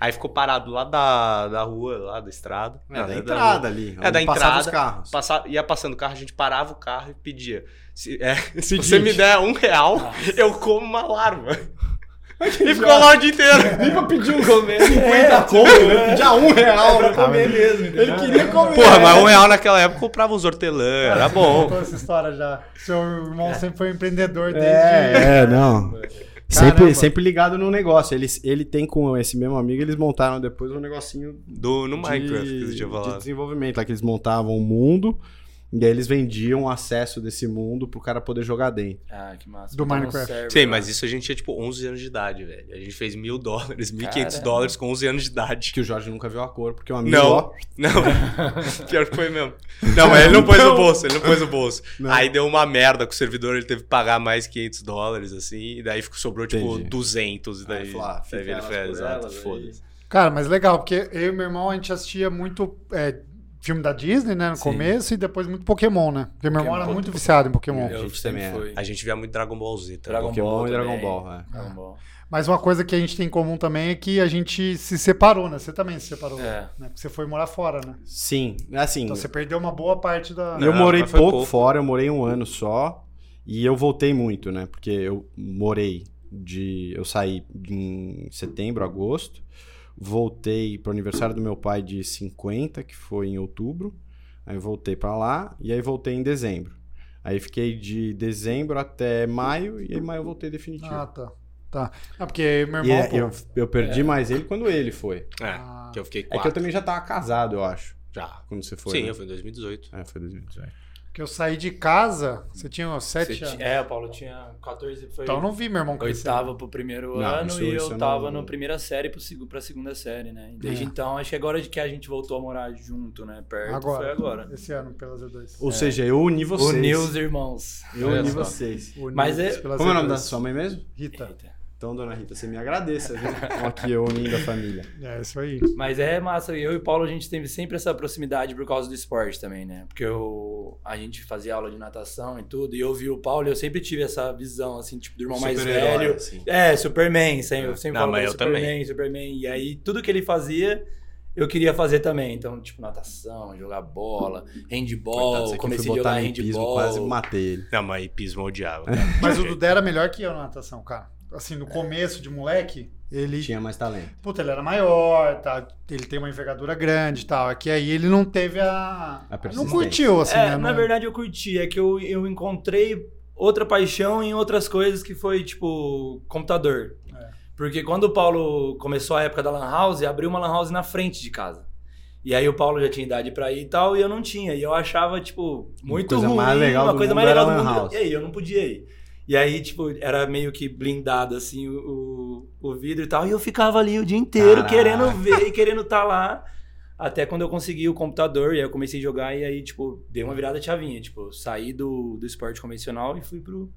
[SPEAKER 3] Aí ficou parado lá da, da rua, lá da estrada.
[SPEAKER 6] É,
[SPEAKER 3] Não,
[SPEAKER 6] da
[SPEAKER 3] né,
[SPEAKER 6] entrada ali.
[SPEAKER 3] É, da
[SPEAKER 6] onde passavam
[SPEAKER 3] entrada.
[SPEAKER 6] os carros.
[SPEAKER 3] Passa- ia passando o carro, a gente parava o carro e pedia. Se, é, se
[SPEAKER 6] Seguinte.
[SPEAKER 3] você me der um real,
[SPEAKER 5] Ah,
[SPEAKER 3] eu como uma larva. E ficou lá o dia inteiro.
[SPEAKER 6] Nem pra pedir um né? uns
[SPEAKER 3] É,
[SPEAKER 6] 50 conto, né? Pedia um real. né?
[SPEAKER 5] comer é mesmo, entendeu?
[SPEAKER 6] Ele queria comer.
[SPEAKER 3] Porra, mas um real naquela época comprava os hortelã, era bom.
[SPEAKER 2] Contou essa história já. Seu irmão
[SPEAKER 3] É.
[SPEAKER 2] sempre foi um empreendedor desde.
[SPEAKER 6] É, é, não.
[SPEAKER 2] Caramba.
[SPEAKER 6] Sempre, sempre ligado no negócio. Ele, ele tem com esse mesmo amigo, eles montaram depois um negocinho
[SPEAKER 3] Do, no
[SPEAKER 6] de,
[SPEAKER 3] Minecraft, que você tinha
[SPEAKER 6] de
[SPEAKER 3] falado.
[SPEAKER 6] desenvolvimento. Lá que eles montavam um mundo e aí eles vendiam o acesso desse mundo pro cara poder jogar dentro.
[SPEAKER 5] Ah, que massa.
[SPEAKER 2] Do
[SPEAKER 5] Botar no
[SPEAKER 2] Minecraft.
[SPEAKER 5] server,
[SPEAKER 3] Sim,
[SPEAKER 5] cara.
[SPEAKER 3] mas isso a gente tinha tipo 11 anos de idade, velho. A gente fez mil dólares, 1.500
[SPEAKER 5] Caramba.
[SPEAKER 3] dólares com 11 anos de idade.
[SPEAKER 6] Que o Jorge nunca viu a cor, porque um amigo. ó,
[SPEAKER 3] Não, não. Pior que foi mesmo. Não, mas ele não pôs no bolso, ele não pôs no bolso.
[SPEAKER 6] Não.
[SPEAKER 3] Aí deu uma merda com o servidor, ele teve que pagar mais 500 dólares, assim, e daí ficou, sobrou tipo
[SPEAKER 6] Entendi.
[SPEAKER 3] 200. E daí,
[SPEAKER 6] Aí ele falou, ah, fica
[SPEAKER 3] daí ele
[SPEAKER 6] elas
[SPEAKER 3] fez,
[SPEAKER 6] por
[SPEAKER 3] exato,
[SPEAKER 6] elas, aí.
[SPEAKER 3] foda-se.
[SPEAKER 2] Cara, mas legal, porque eu e meu irmão a gente assistia muito é, filme da Disney, né? No
[SPEAKER 5] Sim.
[SPEAKER 2] começo e depois muito Pokémon, né? Porque meu irmão era
[SPEAKER 5] Pokémon.
[SPEAKER 2] muito viciado em Pokémon.
[SPEAKER 5] Eu
[SPEAKER 6] A gente
[SPEAKER 5] sempre
[SPEAKER 6] também é.
[SPEAKER 5] fui.
[SPEAKER 3] A gente via muito Dragon Ball Z também.
[SPEAKER 5] Dragon
[SPEAKER 6] Pokémon
[SPEAKER 5] Ball
[SPEAKER 6] e Dragon
[SPEAKER 5] também.
[SPEAKER 6] Ball. é.
[SPEAKER 5] Dragon Ball.
[SPEAKER 2] Mas uma coisa que a gente tem em comum também é que a gente se separou, né? Você também se separou.
[SPEAKER 5] É.
[SPEAKER 2] Né? Porque você foi morar fora, né?
[SPEAKER 6] Sim, assim.
[SPEAKER 2] Então você perdeu uma boa parte da.
[SPEAKER 3] Não,
[SPEAKER 6] eu morei
[SPEAKER 3] É, mas foi
[SPEAKER 6] pouco,
[SPEAKER 3] pouco.
[SPEAKER 6] fora, eu morei um ano só. E eu voltei muito, né? Porque eu morei de. Eu saí em setembro, agosto. Voltei pro aniversário do meu pai de 50, que foi em outubro. Aí voltei pra lá e aí voltei em dezembro. Aí fiquei de dezembro até maio e em maio eu voltei definitivo.
[SPEAKER 2] Ah, tá. Tá. Ah, porque meu
[SPEAKER 6] e
[SPEAKER 2] irmão.
[SPEAKER 6] é-
[SPEAKER 2] pô,
[SPEAKER 6] eu, eu perdi mais ele quando ele foi.
[SPEAKER 3] É,
[SPEAKER 2] ah,
[SPEAKER 3] que eu fiquei
[SPEAKER 6] É que eu
[SPEAKER 3] quatro.
[SPEAKER 6] também já tava casado, eu acho,
[SPEAKER 3] Já.
[SPEAKER 6] quando você foi.
[SPEAKER 3] Sim,
[SPEAKER 6] né?
[SPEAKER 3] eu fui em 2018.
[SPEAKER 6] É, foi 2018.
[SPEAKER 2] que eu saí de casa, você tinha ó,
[SPEAKER 5] Você
[SPEAKER 2] sete anos.
[SPEAKER 5] tinha- É, o Paulo tinha 14, foi
[SPEAKER 2] Então eu não vi meu irmão crescer.
[SPEAKER 5] oitava pro primeiro
[SPEAKER 6] Não,
[SPEAKER 5] ano
[SPEAKER 6] isso-
[SPEAKER 5] e
[SPEAKER 6] isso
[SPEAKER 5] eu
[SPEAKER 6] eu
[SPEAKER 5] tava
[SPEAKER 6] não-
[SPEAKER 5] na primeira série pro, seg- pra segunda série, né? E desde
[SPEAKER 2] É.
[SPEAKER 5] então, acho que agora de que a gente voltou a morar junto, né? Perto,
[SPEAKER 2] Agora.
[SPEAKER 5] foi agora.
[SPEAKER 2] Esse ano, pela Z2.
[SPEAKER 6] Ou seja, eu uni vocês.
[SPEAKER 5] Uniu os irmãos.
[SPEAKER 6] Eu
[SPEAKER 5] Olha
[SPEAKER 6] uni
[SPEAKER 5] só.
[SPEAKER 6] vocês.
[SPEAKER 2] Unidos
[SPEAKER 5] Mas é-
[SPEAKER 2] pela
[SPEAKER 6] Como é
[SPEAKER 2] Z2.
[SPEAKER 6] o nome da sua mãe mesmo?
[SPEAKER 2] Rita.
[SPEAKER 5] Eita.
[SPEAKER 6] Então, dona Rita, você me agradeça, viu? Ó, Aqui eu unindo a família.
[SPEAKER 2] É isso aí.
[SPEAKER 5] Mas é massa. Eu e o Paulo, a gente teve sempre essa proximidade por causa do esporte também, né? Porque eu, a gente fazia aula de natação e tudo, e eu vi o Paulo e eu sempre tive essa visão, assim, tipo, do irmão mais
[SPEAKER 6] Super-herói,
[SPEAKER 5] velho.
[SPEAKER 6] assim.
[SPEAKER 5] É, Superman, sempre,
[SPEAKER 6] Ah,
[SPEAKER 5] eu sempre
[SPEAKER 3] Não,
[SPEAKER 5] falo
[SPEAKER 3] mas
[SPEAKER 5] dele,
[SPEAKER 3] eu
[SPEAKER 5] Superman,
[SPEAKER 3] também.
[SPEAKER 5] Superman. E aí, tudo que ele fazia, eu queria fazer também. Então, tipo, natação, jogar bola,
[SPEAKER 6] Coitado,
[SPEAKER 5] handball,
[SPEAKER 6] você
[SPEAKER 5] comecei
[SPEAKER 6] foi
[SPEAKER 5] a jogar
[SPEAKER 6] botar em pismo,
[SPEAKER 5] handball.
[SPEAKER 6] quase matei ele.
[SPEAKER 3] Não, mas hipismo eu odiava.
[SPEAKER 2] Mas o Dudé era melhor que eu na natação, cara. Assim, no começo de moleque, ele.
[SPEAKER 6] Tinha mais talento.
[SPEAKER 2] Puta, ele era maior, tá? ele tem uma envergadura grande e tal. É que aí ele não teve a.
[SPEAKER 6] A
[SPEAKER 2] não
[SPEAKER 6] persistência.
[SPEAKER 2] curtiu, assim,
[SPEAKER 5] é,
[SPEAKER 2] né?
[SPEAKER 5] na
[SPEAKER 2] Não-
[SPEAKER 5] verdade eu curti, é que eu, eu encontrei outra paixão em outras coisas que foi, tipo, computador.
[SPEAKER 2] É.
[SPEAKER 5] Porque quando o Paulo começou a época da Lan House, abriu uma Lan House na frente de casa. E aí o Paulo já tinha idade pra ir e tal, e eu não tinha. E eu achava, tipo, muito
[SPEAKER 6] coisa
[SPEAKER 5] ruim,
[SPEAKER 6] mais legal
[SPEAKER 5] uma
[SPEAKER 6] do
[SPEAKER 5] coisa
[SPEAKER 6] mundo
[SPEAKER 5] mais
[SPEAKER 6] era
[SPEAKER 5] legal do
[SPEAKER 6] lan
[SPEAKER 5] mundo.
[SPEAKER 6] house.
[SPEAKER 5] E aí eu não podia ir. E aí, tipo, era meio que blindado, assim, o, o o vidro e tal. E eu ficava ali o dia inteiro
[SPEAKER 6] Caraca.
[SPEAKER 5] querendo ver e querendo estar lá. Até quando eu consegui o computador, e aí eu comecei a jogar, e aí, tipo, dei uma virada de chavinha. Tipo, eu saí do, do esporte convencional e fui pro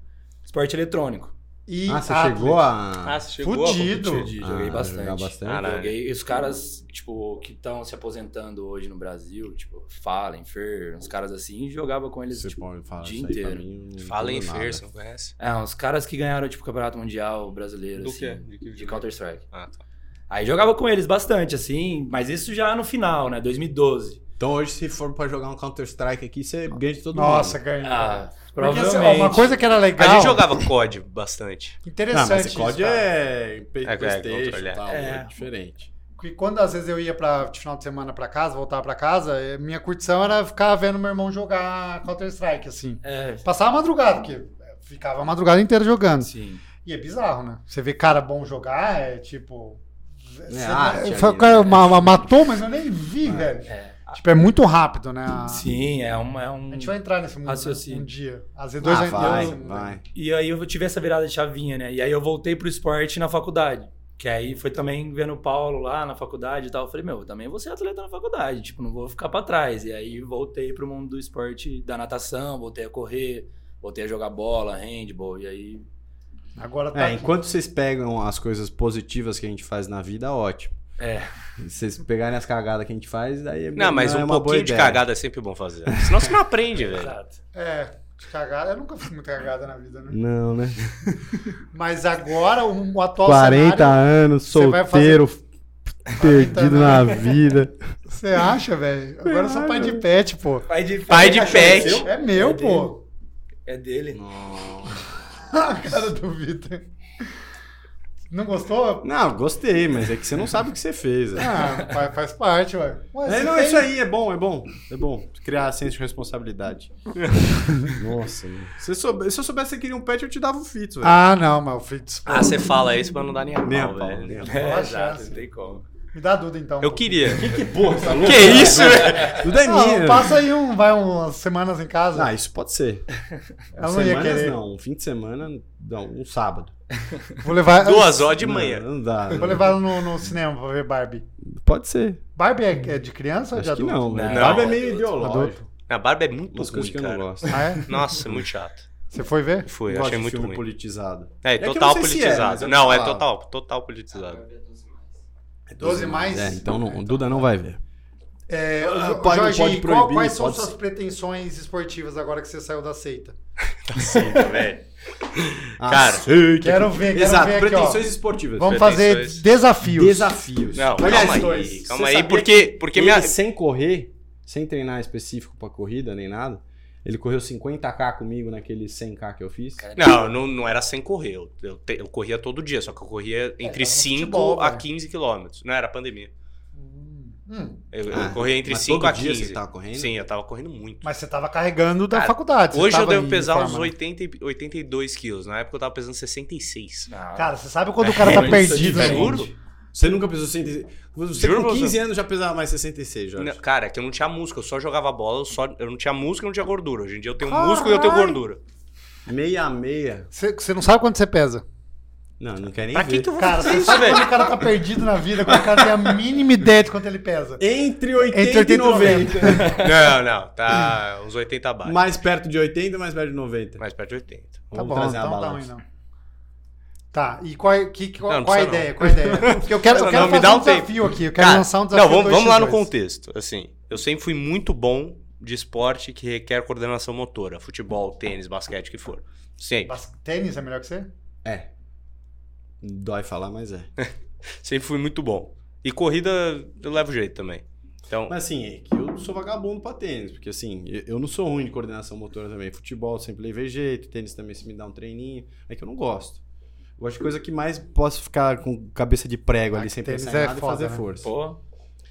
[SPEAKER 5] esporte eletrônico.
[SPEAKER 2] E
[SPEAKER 6] Ah, você
[SPEAKER 2] atleta.
[SPEAKER 6] Ah, chegou a.
[SPEAKER 3] você
[SPEAKER 2] Fudido.
[SPEAKER 5] Joguei, joguei
[SPEAKER 6] Ah,
[SPEAKER 5] bastante.
[SPEAKER 6] jogar bastante?
[SPEAKER 3] Caralho.
[SPEAKER 5] Joguei. E os caras, tipo, que estão se aposentando hoje no Brasil, tipo, Fallen, Fer, uns caras assim, jogava com eles,
[SPEAKER 6] Você
[SPEAKER 5] tipo,
[SPEAKER 6] pode falar
[SPEAKER 5] o dia
[SPEAKER 6] isso aí pra
[SPEAKER 5] inteiro.
[SPEAKER 6] mim, eu não
[SPEAKER 3] Fala em
[SPEAKER 6] entendo nada.
[SPEAKER 3] Fer, você não conhece?
[SPEAKER 5] É, uns caras que ganharam, tipo, o Campeonato Mundial brasileiro, assim,
[SPEAKER 3] De que
[SPEAKER 5] de Counter-Strike.
[SPEAKER 3] Ah, tá.
[SPEAKER 5] Aí jogava com eles bastante, assim, mas isso já no final, né, 2012.
[SPEAKER 6] Então hoje, se for pra jogar um Counter-Strike aqui, você ganha de todo
[SPEAKER 2] Nossa,
[SPEAKER 6] mundo.
[SPEAKER 2] ganhou.
[SPEAKER 5] Ah,
[SPEAKER 2] É. Porque, assim, ó,
[SPEAKER 5] provavelmente.
[SPEAKER 2] uma coisa que era legal.
[SPEAKER 3] A gente jogava COD bastante.
[SPEAKER 6] Não,
[SPEAKER 2] Interessante.
[SPEAKER 6] mas
[SPEAKER 2] isso,
[SPEAKER 6] esse COD
[SPEAKER 2] cara.
[SPEAKER 6] é em
[SPEAKER 3] É, é,
[SPEAKER 6] Playstation
[SPEAKER 3] controle,
[SPEAKER 6] e
[SPEAKER 3] é.
[SPEAKER 6] tal,
[SPEAKER 5] É.
[SPEAKER 6] é diferente.
[SPEAKER 2] Porque quando às vezes eu ia para final de semana pra casa, voltava pra casa, eh, minha curtição era ficar vendo meu irmão jogar Counter Strike assim.
[SPEAKER 5] É,
[SPEAKER 2] Passava a madrugada, porque eh, ficava a madrugada inteira jogando.
[SPEAKER 5] sim.
[SPEAKER 2] E é bizarro, né? Você vê cara bom jogar, é tipo você-
[SPEAKER 6] É arte
[SPEAKER 2] foi-
[SPEAKER 6] ali, né?
[SPEAKER 2] ma- ma- matou, mas eu nem vi, velho.
[SPEAKER 5] É.
[SPEAKER 2] Tipo, é muito rápido, né? A,
[SPEAKER 5] Sim, é, um, é um.
[SPEAKER 2] a gente vai entrar nesse mundo
[SPEAKER 5] Raciocínio.
[SPEAKER 2] né? um dia. A Z2 vai, entrar
[SPEAKER 6] Ah, vai,
[SPEAKER 2] nesse mundo.
[SPEAKER 6] vai.
[SPEAKER 5] E aí eu tive essa virada de chavinha, né? E aí eu voltei pro esporte na faculdade. Que aí foi também vendo o Paulo lá na faculdade e tal. Eu falei, meu, eu também vou ser atleta na faculdade, tipo, não vou ficar pra trás. E aí voltei pro mundo do esporte da natação, voltei a correr, voltei a jogar bola, handball. E aí.
[SPEAKER 2] Agora tá.
[SPEAKER 6] É, enquanto vocês pegam as coisas positivas que a gente faz na vida, ótimo.
[SPEAKER 5] É.
[SPEAKER 6] Se vocês pegarem as cagadas que a gente faz, daí é
[SPEAKER 3] Não, mas
[SPEAKER 6] é
[SPEAKER 3] um
[SPEAKER 6] uma boa
[SPEAKER 3] pouquinho de
[SPEAKER 6] ideia.
[SPEAKER 3] cagada é sempre bom fazer. Senão você não aprende, velho.
[SPEAKER 5] Exato.
[SPEAKER 2] É, de cagada. Eu nunca fiz muita cagada na vida, né?
[SPEAKER 6] Não, né?
[SPEAKER 2] Mas agora o, o atual
[SPEAKER 6] 40
[SPEAKER 2] cenário. tá
[SPEAKER 6] anos,
[SPEAKER 2] você vai
[SPEAKER 6] solteiro, perdido na
[SPEAKER 2] anos.
[SPEAKER 6] vida.
[SPEAKER 2] né? Você acha, velho? Agora eu sou pai de pet, pô.
[SPEAKER 5] Pai de,
[SPEAKER 3] Pai de pet.
[SPEAKER 2] É meu,
[SPEAKER 5] É dele.
[SPEAKER 2] pô.
[SPEAKER 5] É dele.
[SPEAKER 2] A cara do Vitor. Não gostou?
[SPEAKER 6] Não, gostei, mas é que você não sabe o que você fez. velho.
[SPEAKER 2] Ah, fa- faz parte, ué. Ué,
[SPEAKER 6] É,
[SPEAKER 2] você
[SPEAKER 6] não,
[SPEAKER 2] tem-
[SPEAKER 6] isso aí é bom, é bom. É bom. Criar senso de responsabilidade. Nossa, mano. Se eu, soube- se eu soubesse que você queria um pet, eu te dava um fito, velho.
[SPEAKER 2] Ah, não, mas o Fritz.
[SPEAKER 3] Ah, você fala isso, mas não dá nem a
[SPEAKER 6] Nem a
[SPEAKER 3] pau,
[SPEAKER 6] pau, nem
[SPEAKER 3] velho.
[SPEAKER 6] a pau.
[SPEAKER 5] É,
[SPEAKER 2] Boa
[SPEAKER 5] exato,
[SPEAKER 2] chance.
[SPEAKER 5] não tem como.
[SPEAKER 2] Me dá Duda, então.
[SPEAKER 3] Eu queria. né?
[SPEAKER 6] Porra, tá louco?
[SPEAKER 3] Que é isso, velho?
[SPEAKER 6] Do Danilo.
[SPEAKER 2] Ah, passa aí um, vai umas semanas em casa.
[SPEAKER 6] Ah, isso pode ser.
[SPEAKER 2] Ela não ia
[SPEAKER 6] Semanas
[SPEAKER 2] querer.
[SPEAKER 6] não, um fim de semana, não, um sábado.
[SPEAKER 2] Vou levar,
[SPEAKER 3] Duas horas de
[SPEAKER 6] Não,
[SPEAKER 3] manhã.
[SPEAKER 6] Não, dá.
[SPEAKER 2] vou levar ela no, no cinema pra ver Barbie.
[SPEAKER 6] Pode ser.
[SPEAKER 2] Barbie é, é de criança ou de
[SPEAKER 6] Acho que
[SPEAKER 2] adulto?
[SPEAKER 6] não, velho.
[SPEAKER 5] Não,
[SPEAKER 6] Barbie é meio
[SPEAKER 5] adulto.
[SPEAKER 6] ideológico.
[SPEAKER 3] A barba é muito
[SPEAKER 6] Umas coisas
[SPEAKER 3] ruim,
[SPEAKER 6] que eu não
[SPEAKER 3] cara.
[SPEAKER 6] gosto.
[SPEAKER 2] Ah, é?
[SPEAKER 3] Nossa, muito chato.
[SPEAKER 2] Você foi ver?
[SPEAKER 3] Foi,
[SPEAKER 6] Gosto
[SPEAKER 3] achei
[SPEAKER 6] de
[SPEAKER 3] muito
[SPEAKER 6] filme
[SPEAKER 3] ruim.
[SPEAKER 6] politizado.
[SPEAKER 3] É,
[SPEAKER 6] que eu
[SPEAKER 3] total
[SPEAKER 6] não sei se é,
[SPEAKER 3] politizado.
[SPEAKER 6] mas eu
[SPEAKER 3] não, é
[SPEAKER 6] falava.
[SPEAKER 3] total, total politizado.
[SPEAKER 6] É
[SPEAKER 2] 12 mais?
[SPEAKER 6] É, então não, o Duda não vai ver.
[SPEAKER 2] É, o
[SPEAKER 6] Ah,
[SPEAKER 2] Jo-
[SPEAKER 6] pai, não
[SPEAKER 2] Jorge,
[SPEAKER 6] pode
[SPEAKER 2] qual-
[SPEAKER 6] proibir,
[SPEAKER 2] quais são
[SPEAKER 6] pode
[SPEAKER 2] suas
[SPEAKER 6] ser.
[SPEAKER 2] pretensões esportivas agora que você saiu da seita?
[SPEAKER 3] velho.
[SPEAKER 6] Ah,
[SPEAKER 3] Cara,
[SPEAKER 6] sei que-
[SPEAKER 2] Quero ver, quero
[SPEAKER 6] Exato,
[SPEAKER 2] ver aqui, ó.
[SPEAKER 6] pretensões esportivas.
[SPEAKER 2] Vamos
[SPEAKER 3] pretensões.
[SPEAKER 2] fazer desafios.
[SPEAKER 6] Desafios.
[SPEAKER 3] Não,
[SPEAKER 6] Olha
[SPEAKER 3] calma
[SPEAKER 6] as
[SPEAKER 3] aí.
[SPEAKER 6] duas.
[SPEAKER 3] Calma
[SPEAKER 6] Você
[SPEAKER 3] aí,
[SPEAKER 6] sabia
[SPEAKER 3] porque, porque
[SPEAKER 6] ele,
[SPEAKER 3] minha.
[SPEAKER 6] sem correr, sem treinar específico pra corrida nem nada, ele correu 50k comigo naquele 100k que eu fiz.
[SPEAKER 3] Não, não, não era sem correr. Eu, eu te- eu corria todo dia, só que eu
[SPEAKER 6] É,
[SPEAKER 3] corria entre
[SPEAKER 2] tava no
[SPEAKER 6] um
[SPEAKER 3] 5
[SPEAKER 2] futebol,
[SPEAKER 3] a
[SPEAKER 2] velho.
[SPEAKER 3] 15 quilômetros. Não, era pandemia.
[SPEAKER 2] Hum,
[SPEAKER 3] Eu, eu
[SPEAKER 6] Ah,
[SPEAKER 3] corria entre
[SPEAKER 6] mas
[SPEAKER 3] 5
[SPEAKER 6] todo
[SPEAKER 3] a
[SPEAKER 6] dia
[SPEAKER 3] 15.
[SPEAKER 6] você tava correndo?
[SPEAKER 3] Sim, eu tava correndo muito.
[SPEAKER 2] mas você tava carregando da
[SPEAKER 3] Cara,
[SPEAKER 2] faculdade. você
[SPEAKER 3] Hoje eu
[SPEAKER 2] tava
[SPEAKER 3] devo
[SPEAKER 2] em
[SPEAKER 3] pesar uns
[SPEAKER 2] forma, né?
[SPEAKER 3] 80, e- 82 quilos. Na época eu tava pesando 66.
[SPEAKER 5] Ah,
[SPEAKER 2] Cara, você sabe quando o cara tá
[SPEAKER 5] É,
[SPEAKER 2] perdido,
[SPEAKER 5] isso é
[SPEAKER 2] né?
[SPEAKER 5] diferente.
[SPEAKER 3] Juro?
[SPEAKER 6] Você nunca pesou 66. Você
[SPEAKER 3] Juro,
[SPEAKER 6] com
[SPEAKER 3] você.
[SPEAKER 6] 15 anos já pesava mais 66, Jorge.
[SPEAKER 3] Não, cara, é que eu não tinha músculo, eu só jogava bola, eu, só, eu não tinha músculo e não tinha gordura. Hoje em dia eu tenho músculo e eu tenho
[SPEAKER 2] Caralho!
[SPEAKER 3] gordura.
[SPEAKER 6] 66.
[SPEAKER 2] Você, você não sabe quanto você pesa.
[SPEAKER 6] Não, não quer nem
[SPEAKER 3] Pra que
[SPEAKER 6] ver.
[SPEAKER 3] que eu vou
[SPEAKER 2] Cara,
[SPEAKER 3] fazer
[SPEAKER 2] você
[SPEAKER 3] isso,
[SPEAKER 2] sabe
[SPEAKER 3] velho?
[SPEAKER 2] quando o cara tá perdido na vida, quando o cara tem a mínima ideia de quanto ele pesa.
[SPEAKER 6] Entre 80,
[SPEAKER 2] Entre 80 e Tá
[SPEAKER 6] e 90.
[SPEAKER 3] Não, não, tá uns 80 abaixo.
[SPEAKER 6] mais perto de 80, mais perto de 90.
[SPEAKER 3] Mais perto de 80.
[SPEAKER 2] Tá
[SPEAKER 6] Vamos
[SPEAKER 2] bom,
[SPEAKER 6] trazer a
[SPEAKER 2] então tá ruim
[SPEAKER 6] balança.
[SPEAKER 2] não. Tá, e qual, é- que, qual,
[SPEAKER 3] Não, não
[SPEAKER 2] qual a
[SPEAKER 3] precisa
[SPEAKER 2] ideia? Qual é a ideia? Porque eu quero, eu
[SPEAKER 3] Não,
[SPEAKER 2] quero
[SPEAKER 3] me
[SPEAKER 2] fazer
[SPEAKER 3] dá
[SPEAKER 2] um
[SPEAKER 3] um tempo.
[SPEAKER 2] desafio aqui. Eu quero
[SPEAKER 3] Cara,
[SPEAKER 2] lançar um desafio.
[SPEAKER 3] Não, vamos, vamos lá no
[SPEAKER 2] 2x2.
[SPEAKER 3] contexto. Assim, eu sempre fui muito bom de esporte que requer coordenação motora. Futebol, tênis, basquete, o que for. Sempre.
[SPEAKER 2] Bas- Tênis é melhor que você?
[SPEAKER 6] Dói falar, mas é.
[SPEAKER 3] Sempre fui muito bom. E corrida eu levo jeito também. Então,
[SPEAKER 6] Mas assim, é que eu sou vagabundo pra tênis, porque assim, eu, eu não sou ruim de coordenação motora também. Futebol eu sempre levei jeito, tênis também se me dá um treininho. É que eu não gosto. Eu gosto de coisa que mais posso ficar com cabeça de prego
[SPEAKER 2] Ah,
[SPEAKER 6] ali, sem
[SPEAKER 2] tênis
[SPEAKER 6] pensar em
[SPEAKER 2] é
[SPEAKER 6] nada
[SPEAKER 2] foda,
[SPEAKER 6] e fazer
[SPEAKER 2] né?
[SPEAKER 6] força.
[SPEAKER 5] Pô,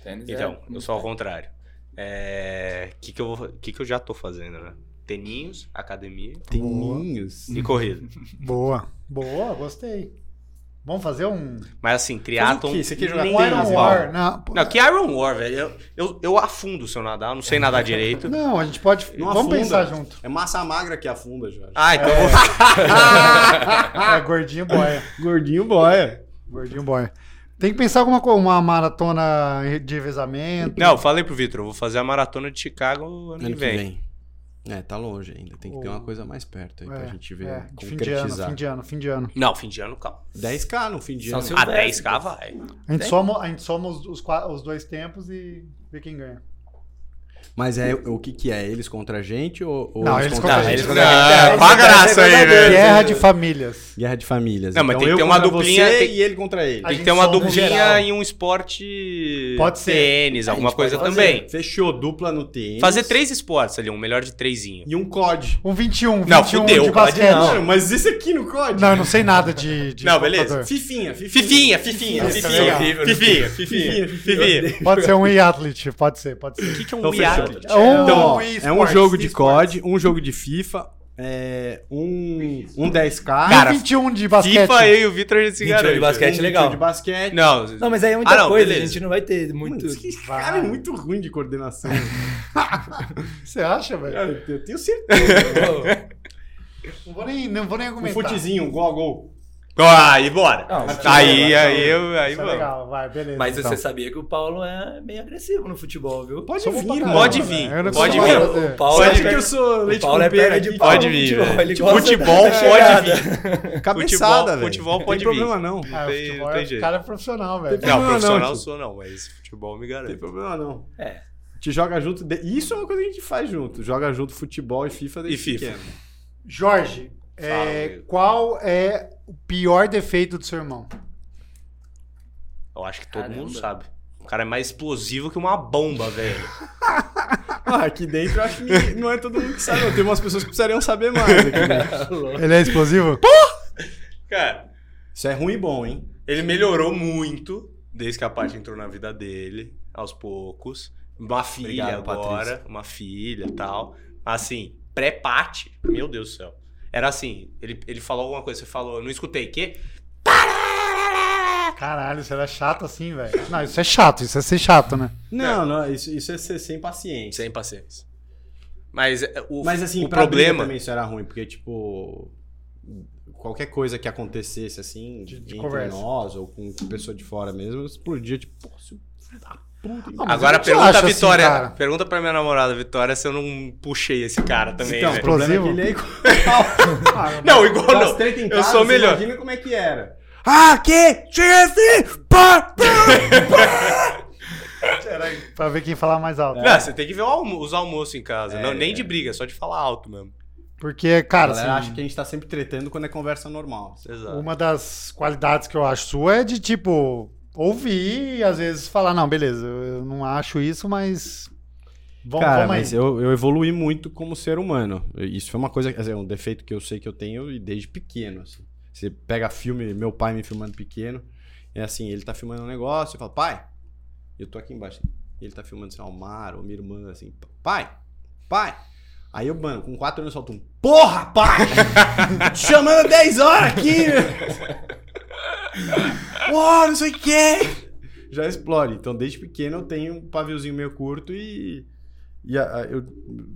[SPEAKER 5] tênis
[SPEAKER 3] então
[SPEAKER 5] é...
[SPEAKER 3] eu sou ao contrário. É, que que eu que que eu já tô fazendo, né? Teninhos, academia
[SPEAKER 6] Tênis.
[SPEAKER 3] e corrida.
[SPEAKER 2] Boa. Boa, gostei. Vamos fazer um.
[SPEAKER 3] Mas assim, triatlon...
[SPEAKER 6] quê? Você quer jogar
[SPEAKER 3] nem
[SPEAKER 2] um Iron
[SPEAKER 3] de
[SPEAKER 2] War.
[SPEAKER 3] pau.
[SPEAKER 2] na-
[SPEAKER 3] Não, que Iron War, velho. Eu, eu, eu afundo se eu nadar, eu não sei nadar direito.
[SPEAKER 2] Não, a gente pode.
[SPEAKER 6] Não
[SPEAKER 2] vamos
[SPEAKER 6] afunda.
[SPEAKER 2] pensar junto.
[SPEAKER 6] É massa magra que afunda, Jorge.
[SPEAKER 3] Ah, então...
[SPEAKER 2] É, gordinho boia.
[SPEAKER 6] Gordinho boia.
[SPEAKER 2] Gordinho boia. Tem que pensar alguma coisa, uma maratona de revezamento.
[SPEAKER 3] Não, eu falei pro Vitor, eu vou fazer a maratona de Chicago ano que vem.
[SPEAKER 6] É, tá longe ainda. Tem que ter
[SPEAKER 2] Ou-
[SPEAKER 6] uma coisa mais perto aí pra
[SPEAKER 2] É,
[SPEAKER 6] gente ver,
[SPEAKER 2] é, de fim de ano,
[SPEAKER 6] concretizar.
[SPEAKER 2] fim de ano, fim de ano.
[SPEAKER 3] Não, fim de ano, calma.
[SPEAKER 6] 10k no fim de
[SPEAKER 5] Só
[SPEAKER 6] ano.
[SPEAKER 5] se o
[SPEAKER 3] A
[SPEAKER 5] Zé-
[SPEAKER 3] 10k vai.
[SPEAKER 2] então, A gente soma, a gente soma os, os qua- os dois tempos e vê quem ganha.
[SPEAKER 6] Mas é o que que é? Eles contra a gente ou, ou
[SPEAKER 2] Não, eles contra a
[SPEAKER 6] Ah,
[SPEAKER 2] gente.
[SPEAKER 6] eles
[SPEAKER 2] contra-
[SPEAKER 3] É, com a graça aí, né? velho.
[SPEAKER 2] Guerra de famílias.
[SPEAKER 6] Guerra de famílias.
[SPEAKER 3] Não, mas
[SPEAKER 6] Então
[SPEAKER 3] tem que
[SPEAKER 6] eu
[SPEAKER 3] ter uma
[SPEAKER 6] contra
[SPEAKER 3] duplinha,
[SPEAKER 6] você
[SPEAKER 3] tem-
[SPEAKER 6] e ele contra ele.
[SPEAKER 2] A
[SPEAKER 3] Tem
[SPEAKER 2] gente
[SPEAKER 3] que ter uma
[SPEAKER 2] soma um geral.
[SPEAKER 3] duplinha em um esporte.
[SPEAKER 2] Pode ser.
[SPEAKER 3] Tênis, alguma coisa
[SPEAKER 6] Fazer.
[SPEAKER 3] também.
[SPEAKER 6] Fechou dupla no tênis.
[SPEAKER 3] Fazer três esportes ali, um melhor de trezinho.
[SPEAKER 6] E um COD.
[SPEAKER 2] Um 21, 21
[SPEAKER 3] Não, fudeu,
[SPEAKER 2] de
[SPEAKER 3] pode
[SPEAKER 2] basquete.
[SPEAKER 6] Mano, mas esse aqui no COD?
[SPEAKER 2] Não, eu não sei nada de, de
[SPEAKER 3] Não, beleza.
[SPEAKER 2] computador.
[SPEAKER 6] Fifinha, fifinha.
[SPEAKER 3] Fifinha, fifinha,
[SPEAKER 2] Nossa,
[SPEAKER 3] fifinha,
[SPEAKER 2] é
[SPEAKER 5] horrível, né?
[SPEAKER 3] fifinha, fifinha, fifinha.
[SPEAKER 2] Pode ser um e-athlete, pode ser, pode ser.
[SPEAKER 3] O que, que é um
[SPEAKER 6] Então,
[SPEAKER 3] viado?
[SPEAKER 6] fechou.
[SPEAKER 2] É um,
[SPEAKER 6] Então, ó,
[SPEAKER 2] e-sports,
[SPEAKER 6] é um jogo de
[SPEAKER 2] e-sports.
[SPEAKER 6] COD, um jogo de FIFA, é, um, um 10K.
[SPEAKER 2] E um 21 de basquete.
[SPEAKER 3] FIFA, eu e o Vitor a gente se
[SPEAKER 5] 21 de
[SPEAKER 3] garante.
[SPEAKER 5] basquete.
[SPEAKER 6] um
[SPEAKER 5] legal.
[SPEAKER 6] de basquete.
[SPEAKER 3] é Não,
[SPEAKER 5] Não, mas aí é muita
[SPEAKER 3] Ah, não,
[SPEAKER 5] coisa,
[SPEAKER 3] beleza.
[SPEAKER 5] a gente não vai ter
[SPEAKER 6] Mano,
[SPEAKER 5] muito...
[SPEAKER 6] esse cara é muito ruim de coordenação.
[SPEAKER 2] Você acha, velho?
[SPEAKER 6] Cara, eu tenho certeza.
[SPEAKER 2] Não vou nem, não vou nem
[SPEAKER 6] Um
[SPEAKER 2] argumentar.
[SPEAKER 6] futezinho, um gol a gol.
[SPEAKER 3] aí Ah, bora.
[SPEAKER 5] Não, mas-
[SPEAKER 3] Tá aí, aí, eu, aí,
[SPEAKER 2] Isso é
[SPEAKER 3] mano.
[SPEAKER 2] legal, vai, beleza.
[SPEAKER 5] Mas
[SPEAKER 2] então.
[SPEAKER 5] você sabia que o Paulo é meio agressivo no futebol, viu?
[SPEAKER 6] Pode
[SPEAKER 2] Somos
[SPEAKER 6] vir,
[SPEAKER 2] pra
[SPEAKER 6] mano.
[SPEAKER 2] caramba,
[SPEAKER 3] um Pode vir,
[SPEAKER 2] velho. Eu não um
[SPEAKER 3] pode
[SPEAKER 2] sei
[SPEAKER 3] vir.
[SPEAKER 2] fazer.
[SPEAKER 5] O Paulo
[SPEAKER 6] Você
[SPEAKER 3] Pode
[SPEAKER 5] é
[SPEAKER 6] acha
[SPEAKER 3] vir.
[SPEAKER 6] que eu sou leite
[SPEAKER 5] Paulo
[SPEAKER 6] com
[SPEAKER 5] é
[SPEAKER 6] pera
[SPEAKER 5] perna
[SPEAKER 6] aqui?
[SPEAKER 5] de pau.
[SPEAKER 3] Pode
[SPEAKER 5] no
[SPEAKER 3] vir,
[SPEAKER 5] futebol,
[SPEAKER 3] velho.
[SPEAKER 5] ele
[SPEAKER 3] Futebol
[SPEAKER 5] gosta da- da
[SPEAKER 3] pode
[SPEAKER 5] chegada.
[SPEAKER 3] vir.
[SPEAKER 6] Cabeçada, velho.
[SPEAKER 3] futebol
[SPEAKER 6] Não
[SPEAKER 3] pode
[SPEAKER 6] tem
[SPEAKER 3] vir.
[SPEAKER 6] problema não.
[SPEAKER 3] Não
[SPEAKER 2] Ah,
[SPEAKER 3] tem,
[SPEAKER 2] futebol
[SPEAKER 3] não
[SPEAKER 2] é-
[SPEAKER 3] tem
[SPEAKER 2] o
[SPEAKER 3] jeito.
[SPEAKER 2] cara é profissional, velho.
[SPEAKER 6] Tem problema
[SPEAKER 3] um, Não, tipo- profissional
[SPEAKER 6] não, tio.
[SPEAKER 3] sou não, mas futebol me
[SPEAKER 6] Não tem
[SPEAKER 3] garante.
[SPEAKER 6] problema não.
[SPEAKER 5] É.
[SPEAKER 6] Te joga junto. de- Isso é uma coisa que a gente faz junto. Joga junto futebol e FIFA desde
[SPEAKER 3] E FIFA.
[SPEAKER 6] pequeno.
[SPEAKER 2] Jorge, é,
[SPEAKER 3] amigo.
[SPEAKER 2] qual é o pior defeito do seu irmão?
[SPEAKER 3] Eu acho que todo mundo
[SPEAKER 5] Caramba.
[SPEAKER 3] sabe. O cara é mais explosivo que uma bomba, velho.
[SPEAKER 6] Ah, aqui dentro eu acho que ninguém- não é todo mundo que sabe. não. Tem umas pessoas que precisariam saber mais aqui dentro.
[SPEAKER 2] Ele é explosivo?
[SPEAKER 3] Cara,
[SPEAKER 6] Isso é ruim e bom, hein?
[SPEAKER 3] ele melhorou muito desde que a Paty entrou na vida dele, aos poucos. Uma filha
[SPEAKER 6] Obrigado,
[SPEAKER 3] agora,
[SPEAKER 6] Patrícia.
[SPEAKER 3] uma filha e tal. Assim, pré-Paty, meu Deus do céu. Era assim, ele, ele falou alguma coisa, você falou, eu não escutei, quê?
[SPEAKER 2] Caralho, isso era chato assim, velho. Não, isso é chato, isso é ser chato, né?
[SPEAKER 6] Não, não, isso, isso é ser sem paciência.
[SPEAKER 3] Sem paciência. Mas é, o,
[SPEAKER 6] Mas assim,
[SPEAKER 3] o
[SPEAKER 6] pra briga
[SPEAKER 3] problema...
[SPEAKER 6] também isso era ruim, porque tipo qualquer coisa que acontecesse assim
[SPEAKER 2] De- de
[SPEAKER 6] entre
[SPEAKER 2] conversa.
[SPEAKER 6] nós ou com com pessoa de fora mesmo, explodia tipo, pô, seu filho da puta. hein?"
[SPEAKER 2] Ah, mas
[SPEAKER 3] Agora
[SPEAKER 2] eu
[SPEAKER 3] pergunta a
[SPEAKER 2] acho assim,
[SPEAKER 3] Vitória.
[SPEAKER 2] cara.
[SPEAKER 3] pergunta pra minha namorada, Vitória, se eu não puxei esse cara também.
[SPEAKER 6] então, o
[SPEAKER 3] velho.
[SPEAKER 6] problema é que
[SPEAKER 2] Explosivo.
[SPEAKER 6] ele é igual.
[SPEAKER 3] Não, igual
[SPEAKER 6] Das
[SPEAKER 3] não.
[SPEAKER 6] treta em
[SPEAKER 3] Eu sou
[SPEAKER 6] você
[SPEAKER 3] melhor.
[SPEAKER 6] Imagina como é que era.
[SPEAKER 1] Ah, que? Chega assim! Pá!
[SPEAKER 2] Pra ver quem falar mais alto.
[SPEAKER 3] Não, você tem que ver o almo- os almoços em casa.
[SPEAKER 6] É,
[SPEAKER 3] não, nem
[SPEAKER 6] é.
[SPEAKER 3] de briga, só de falar alto mesmo.
[SPEAKER 2] Porque,
[SPEAKER 6] A
[SPEAKER 2] cara,
[SPEAKER 6] galera
[SPEAKER 2] assim,
[SPEAKER 6] acha que a gente tá sempre tretando quando é conversa normal.
[SPEAKER 3] Exato.
[SPEAKER 2] uma das qualidades que eu acho sua é de, tipo, ouvir e às vezes falar, não, beleza, eu não acho isso, mas... Vamos,
[SPEAKER 6] Cara,
[SPEAKER 2] vamos aí.
[SPEAKER 6] mas eu, eu evoluí muito como ser humano. Isso foi uma coisa, quer dizer, um defeito que eu sei que eu tenho e desde pequeno. assim. Você pega filme, meu pai me filmando pequeno, é assim, ele tá filmando um negócio, eu falo, pai, eu tô aqui embaixo. Ele tá filmando, sei lá, o mar ou minha irmã, assim, pai, pai. Aí eu, mano, com quatro anos eu solto um, porra, pai! Te chamando 10 horas aqui! meu." Porra, não sei o é. quê! Já explode. Então, desde pequeno eu tenho um paviozinho meio curto e e a- a- eu,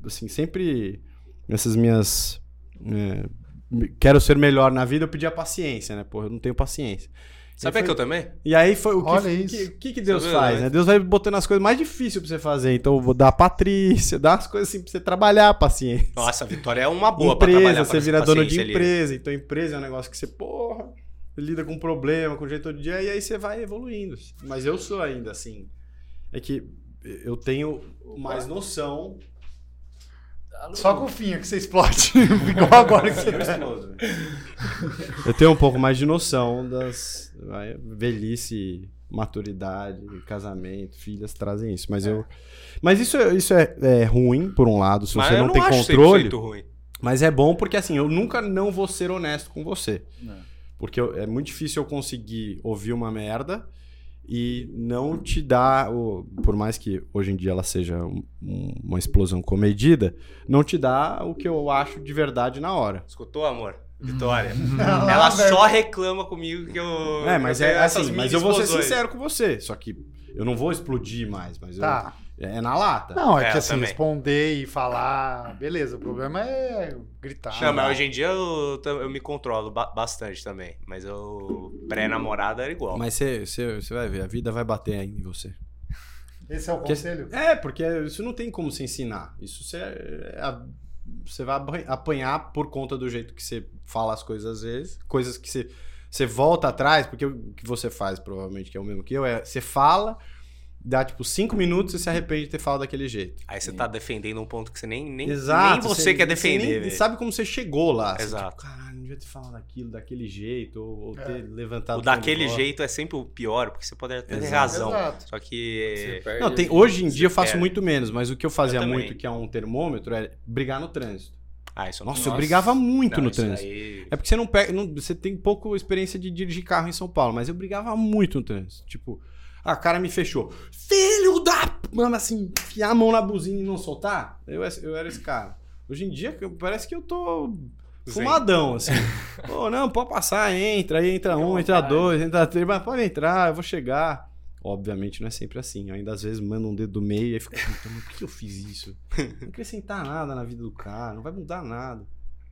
[SPEAKER 6] assim, sempre nessas minhas. é, me- quero ser melhor na vida, eu pedi a paciência, né? Porra, eu não tenho paciência.
[SPEAKER 3] Sabe
[SPEAKER 6] E
[SPEAKER 3] que
[SPEAKER 6] foi-
[SPEAKER 3] eu também?
[SPEAKER 6] E aí foi o que,
[SPEAKER 2] Olha
[SPEAKER 6] que,
[SPEAKER 2] isso.
[SPEAKER 6] que, que que Deus
[SPEAKER 3] Sabe,
[SPEAKER 6] faz,
[SPEAKER 3] né?
[SPEAKER 6] né? Deus vai botando as coisas mais difíceis pra você fazer. Então, eu vou dar a Patrícia, dar as coisas assim pra você trabalhar a paciência.
[SPEAKER 3] Nossa, a Vitória é uma boa pra
[SPEAKER 6] empresa,
[SPEAKER 3] trabalhar. pra
[SPEAKER 6] você
[SPEAKER 3] essa
[SPEAKER 6] vira dono de
[SPEAKER 3] paciência ali. né?
[SPEAKER 6] empresa. Então, empresa é um negócio que você, porra. lida com problema, com jeito todo dia, e aí você vai evoluindo. Mas eu sou ainda assim. É que eu tenho mais noção.
[SPEAKER 2] Só com o Finha que você explode. Igual agora que você.
[SPEAKER 5] Tá
[SPEAKER 2] tá
[SPEAKER 6] Eu tenho um pouco mais de noção das vai, velhice, maturidade, casamento, filhas trazem isso. Mas eu, mas isso, é- isso é, é ruim por um lado, se
[SPEAKER 3] Mas
[SPEAKER 6] você
[SPEAKER 3] eu
[SPEAKER 6] não,
[SPEAKER 3] não
[SPEAKER 6] tem
[SPEAKER 3] acho
[SPEAKER 6] controle.
[SPEAKER 3] 100% ruim.
[SPEAKER 6] Mas é bom porque assim, eu nunca não vou ser honesto com você.
[SPEAKER 5] Não.
[SPEAKER 6] Porque eu- é muito difícil eu conseguir ouvir uma merda e não te dar, o, por mais que hoje em dia ela seja um- um- uma explosão comedida, não te dá o que eu acho de verdade na hora.
[SPEAKER 3] Escutou, amor? Vitória.
[SPEAKER 2] Ela
[SPEAKER 3] Ela só reclama comigo que eu.
[SPEAKER 6] É, mas
[SPEAKER 3] eu
[SPEAKER 6] é
[SPEAKER 3] tenho essas
[SPEAKER 6] assim,
[SPEAKER 3] mini
[SPEAKER 6] mas eu vou ser
[SPEAKER 3] explosões.
[SPEAKER 6] sincero com você, só que eu não vou explodir mais, mas eu-
[SPEAKER 2] Tá.
[SPEAKER 6] é na lata.
[SPEAKER 2] Não, é,
[SPEAKER 3] É,
[SPEAKER 2] que assim,
[SPEAKER 3] também.
[SPEAKER 2] responder e falar, beleza, o problema é gritar.
[SPEAKER 3] Não, mas hoje em dia eu, ta- eu me controlo ba- bastante também. Mas eu. Pré-namorada era igual.
[SPEAKER 6] Mas você- você você vai ver, a vida vai bater aí em você.
[SPEAKER 2] Esse é o
[SPEAKER 6] Porque-
[SPEAKER 2] conselho?
[SPEAKER 6] É, porque isso não tem como se ensinar. Isso você, é a- você vai apan- apanhar por conta do jeito que você fala as coisas às vezes, coisas que você, você volta atrás, porque o que você faz, provavelmente, que é o mesmo que eu, é você fala, dá tipo cinco minutos e se arrepende de ter falado daquele jeito.
[SPEAKER 3] Aí você tá defendendo um ponto que você nem. Nem, nem você,
[SPEAKER 6] você-
[SPEAKER 3] quer
[SPEAKER 6] você nem
[SPEAKER 3] defender. velho.
[SPEAKER 6] sabe como você chegou lá. Você,
[SPEAKER 3] Exato.
[SPEAKER 6] tipo, Caralho, não devia ter falado aquilo daquele jeito, ou, ou ter levantado.
[SPEAKER 3] O daquele
[SPEAKER 6] tanto
[SPEAKER 3] jeito é sempre o pior, porque você pode até ter
[SPEAKER 6] tá Exato.
[SPEAKER 3] razão.
[SPEAKER 2] Exato.
[SPEAKER 3] Só que.
[SPEAKER 5] perde
[SPEAKER 6] Não, tem-
[SPEAKER 5] ali.
[SPEAKER 6] hoje em dia eu faço
[SPEAKER 3] perde.
[SPEAKER 6] muito menos, mas o que eu fazia
[SPEAKER 3] É. também.
[SPEAKER 6] muito, que é um termômetro, é brigar no trânsito.
[SPEAKER 3] Ah, isso eu não-
[SPEAKER 6] Nossa, eu brigava muito
[SPEAKER 3] Não,
[SPEAKER 6] no
[SPEAKER 3] isso
[SPEAKER 6] trânsito.
[SPEAKER 3] daí-
[SPEAKER 6] É porque você não pega. não- você tem pouca experiência de dirigir carro em São Paulo, mas eu brigava muito no trânsito. Tipo, a cara me fechou. Filho da. p-" Mano, assim, enfiar a mão na buzina e não soltar. Eu, es- eu era esse cara. Hoje em dia, eu- parece que eu tô.
[SPEAKER 3] Zen.
[SPEAKER 6] Fumadão, assim. Pô, não, pode passar, entra, aí entra um, entra dois, entra três, mas pode entrar, eu vou chegar. Obviamente não é sempre assim. Eu ainda às vezes mando um dedo do meio e aí fico, puta, mas por que eu fiz isso? Não acrescentar nada na vida do cara, não vai mudar nada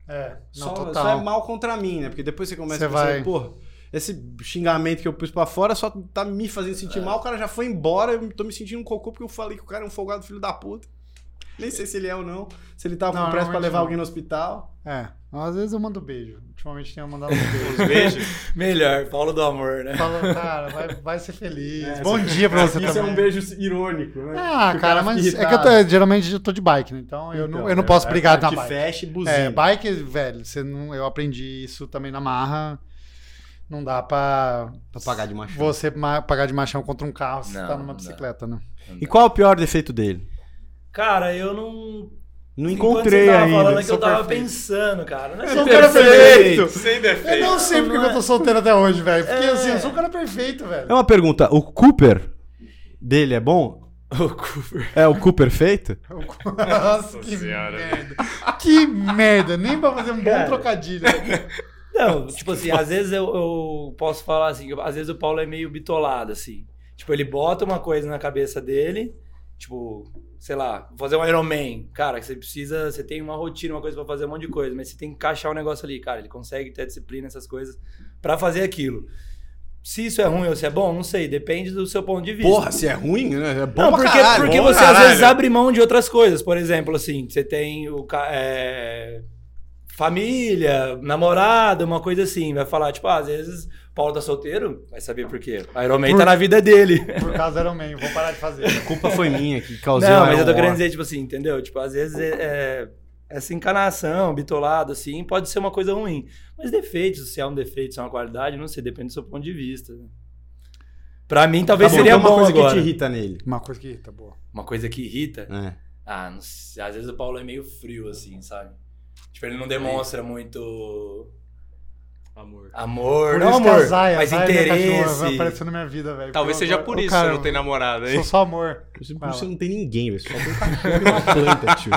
[SPEAKER 2] É, não,
[SPEAKER 6] só,
[SPEAKER 2] total.
[SPEAKER 6] só é mal contra mim, né? Porque depois você começa
[SPEAKER 2] Você
[SPEAKER 6] a pensar,
[SPEAKER 2] vai-
[SPEAKER 6] porra, esse xingamento que eu pus pra fora só tá me fazendo
[SPEAKER 5] É.
[SPEAKER 6] sentir mal, o cara já foi embora, eu tô me sentindo um cocô porque eu falei que o cara é um folgado filho da puta. Nem sei se ele é ou não, se ele tava
[SPEAKER 2] Não,
[SPEAKER 6] com pressa pra
[SPEAKER 2] normalmente
[SPEAKER 6] levar
[SPEAKER 2] não.
[SPEAKER 6] alguém no hospital.
[SPEAKER 2] É, às vezes eu mando beijo. Ultimamente tenho mandado um beijo.
[SPEAKER 3] Os beijos.
[SPEAKER 5] Melhor, Paulo do Amor, né?
[SPEAKER 2] Fala, cara, vai, vai ser feliz.
[SPEAKER 6] É,
[SPEAKER 2] Bom dia pra você
[SPEAKER 6] Isso
[SPEAKER 2] também.
[SPEAKER 6] é um beijo irônico,
[SPEAKER 2] Ah,
[SPEAKER 6] né? Que o
[SPEAKER 2] cara,
[SPEAKER 6] cara
[SPEAKER 2] mas
[SPEAKER 6] fica
[SPEAKER 2] é que eu tô-
[SPEAKER 6] irritado.
[SPEAKER 2] geralmente eu tô de bike, né? Então eu não, eu
[SPEAKER 6] é,
[SPEAKER 2] não posso brigar na
[SPEAKER 6] de
[SPEAKER 2] bike.
[SPEAKER 6] fecha e buzina.
[SPEAKER 2] É, bike, velho, você não, eu aprendi isso também na marra. Não dá pra
[SPEAKER 6] Pra pagar de machão.
[SPEAKER 2] você ma- pagar de machão contra um carro se
[SPEAKER 7] Não,
[SPEAKER 2] tá
[SPEAKER 7] não dá.
[SPEAKER 2] numa bicicleta, né?
[SPEAKER 6] E qual é o pior defeito dele?
[SPEAKER 5] Cara, eu não.
[SPEAKER 6] Não
[SPEAKER 5] Enquanto
[SPEAKER 6] encontrei
[SPEAKER 5] você tava falando
[SPEAKER 6] ainda.
[SPEAKER 5] é que eu tava pensando, cara. Não é
[SPEAKER 2] sou um
[SPEAKER 5] que-
[SPEAKER 2] cara perfeito.
[SPEAKER 3] Sem
[SPEAKER 2] Eu
[SPEAKER 3] defeito.
[SPEAKER 2] não sei porque eu tô solteiro até hoje, velho. Porque assim, eu sou um cara perfeito,
[SPEAKER 6] É
[SPEAKER 2] velho.
[SPEAKER 6] uma pergunta, o Cooper dele é bom?
[SPEAKER 5] O Cooper.
[SPEAKER 6] É o Cooper feito?
[SPEAKER 2] Nossa, que merda. Que merda. Nem pra fazer um bom
[SPEAKER 5] Cara.
[SPEAKER 2] trocadilho.
[SPEAKER 5] Não, tipo assim, às vezes eu, eu posso falar assim, que às vezes o Paulo é meio bitolado, assim. Tipo, ele bota uma coisa na cabeça dele, tipo, sei lá, fazer um Iron Man. Cara, que você precisa, você tem uma rotina, uma coisa pra fazer, um monte de coisa, mas você tem que encaixar o negócio ali, cara. Ele consegue ter disciplina, essas coisas, pra fazer aquilo. Se isso é ruim ou se é bom, não sei, depende do seu ponto de vista.
[SPEAKER 6] Porra, se é ruim, né? É bom
[SPEAKER 5] Não,
[SPEAKER 6] pra
[SPEAKER 5] porque,
[SPEAKER 6] caralho.
[SPEAKER 5] porque
[SPEAKER 6] Bom
[SPEAKER 5] você
[SPEAKER 6] pra
[SPEAKER 5] às vezes
[SPEAKER 6] caralho.
[SPEAKER 5] abre mão de outras coisas. Por exemplo, assim, você tem o. ca- é, família, namorada, uma coisa assim. Vai falar, tipo, ah, às vezes Paulo tá solteiro, vai saber por quê. A Iron Man tá na vida dele.
[SPEAKER 2] Por causa do Iron Man, vou parar de fazer.
[SPEAKER 6] A culpa foi minha que causou
[SPEAKER 5] Não, mas eu tô querendo dizer, tipo assim, entendeu? Tipo, às vezes é- é- essa encanação, bitolado, assim, pode ser uma coisa ruim. Mas defeitos, se é um defeito, se é uma qualidade, não sei, depende do seu ponto de vista. né? Pra mim, talvez seria
[SPEAKER 6] uma
[SPEAKER 5] bom
[SPEAKER 6] coisa
[SPEAKER 5] agora.
[SPEAKER 6] que te irrita nele.
[SPEAKER 2] Uma coisa que tá boa.
[SPEAKER 5] Uma coisa que irrita.
[SPEAKER 6] É.
[SPEAKER 5] Ah, não sei. Às vezes o Paulo é meio frio, assim, sabe? Tipo, ele não demonstra muito
[SPEAKER 3] Amor.
[SPEAKER 5] amor,
[SPEAKER 2] Por
[SPEAKER 5] não
[SPEAKER 2] isso que
[SPEAKER 5] amor,
[SPEAKER 2] a Zaya,
[SPEAKER 5] mas
[SPEAKER 6] né,
[SPEAKER 2] Zaya, minha cachorra, vai
[SPEAKER 5] interesse.
[SPEAKER 2] aparecer na minha vida, velho.
[SPEAKER 3] Talvez
[SPEAKER 2] Porque eu
[SPEAKER 3] seja
[SPEAKER 2] adoro-
[SPEAKER 3] por
[SPEAKER 2] Ô,
[SPEAKER 3] isso que
[SPEAKER 2] cara, né?
[SPEAKER 3] eu não tenho namorada, hein?
[SPEAKER 2] Sou só amor.
[SPEAKER 6] Você,
[SPEAKER 2] Fala.
[SPEAKER 6] você não tem ninguém, velho. Você só tem um cachorro e uma planta, tio.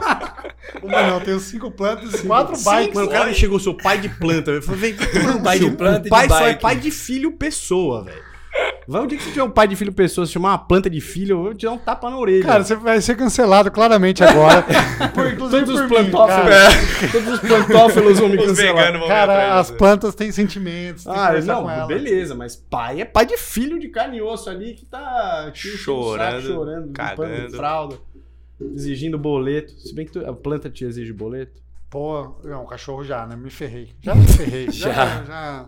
[SPEAKER 2] Uma não, eu tenho cinco plantas e quatro bikes.
[SPEAKER 6] Mano, o cara chegou, seu pai de planta. Eu falei, vem, mano,
[SPEAKER 5] Pai de
[SPEAKER 6] tio,
[SPEAKER 5] planta e de
[SPEAKER 6] pai só é
[SPEAKER 5] bike.
[SPEAKER 6] pai de filho pessoa, velho. Vai o dia que você tiver um pai de filho pessoa, se chamar uma planta de filho, eu vou te dar um tapa na orelha.
[SPEAKER 2] Cara, você vai ser cancelado claramente agora. por, inclusive
[SPEAKER 6] todos os
[SPEAKER 2] por mim,
[SPEAKER 6] plantófilos,
[SPEAKER 2] cara.
[SPEAKER 6] todos É. os plantófilos vão me
[SPEAKER 3] Os
[SPEAKER 6] cancelar.
[SPEAKER 3] veganos vão me
[SPEAKER 2] Cara,
[SPEAKER 3] atrás.
[SPEAKER 2] as plantas têm sentimentos. Tem que
[SPEAKER 6] Ah,
[SPEAKER 2] conversar
[SPEAKER 6] não,
[SPEAKER 2] com ela.
[SPEAKER 6] beleza, mas pai é pai de filho de carne e osso ali que tá que enche o
[SPEAKER 3] Chorando,
[SPEAKER 6] saco, chorando limpando
[SPEAKER 3] cagando.
[SPEAKER 6] de fralda, exigindo boleto. Se bem que tu- a planta te exige boleto.
[SPEAKER 2] Pô, não, o cachorro já, né? Me ferrei. Já me ferrei. já, já.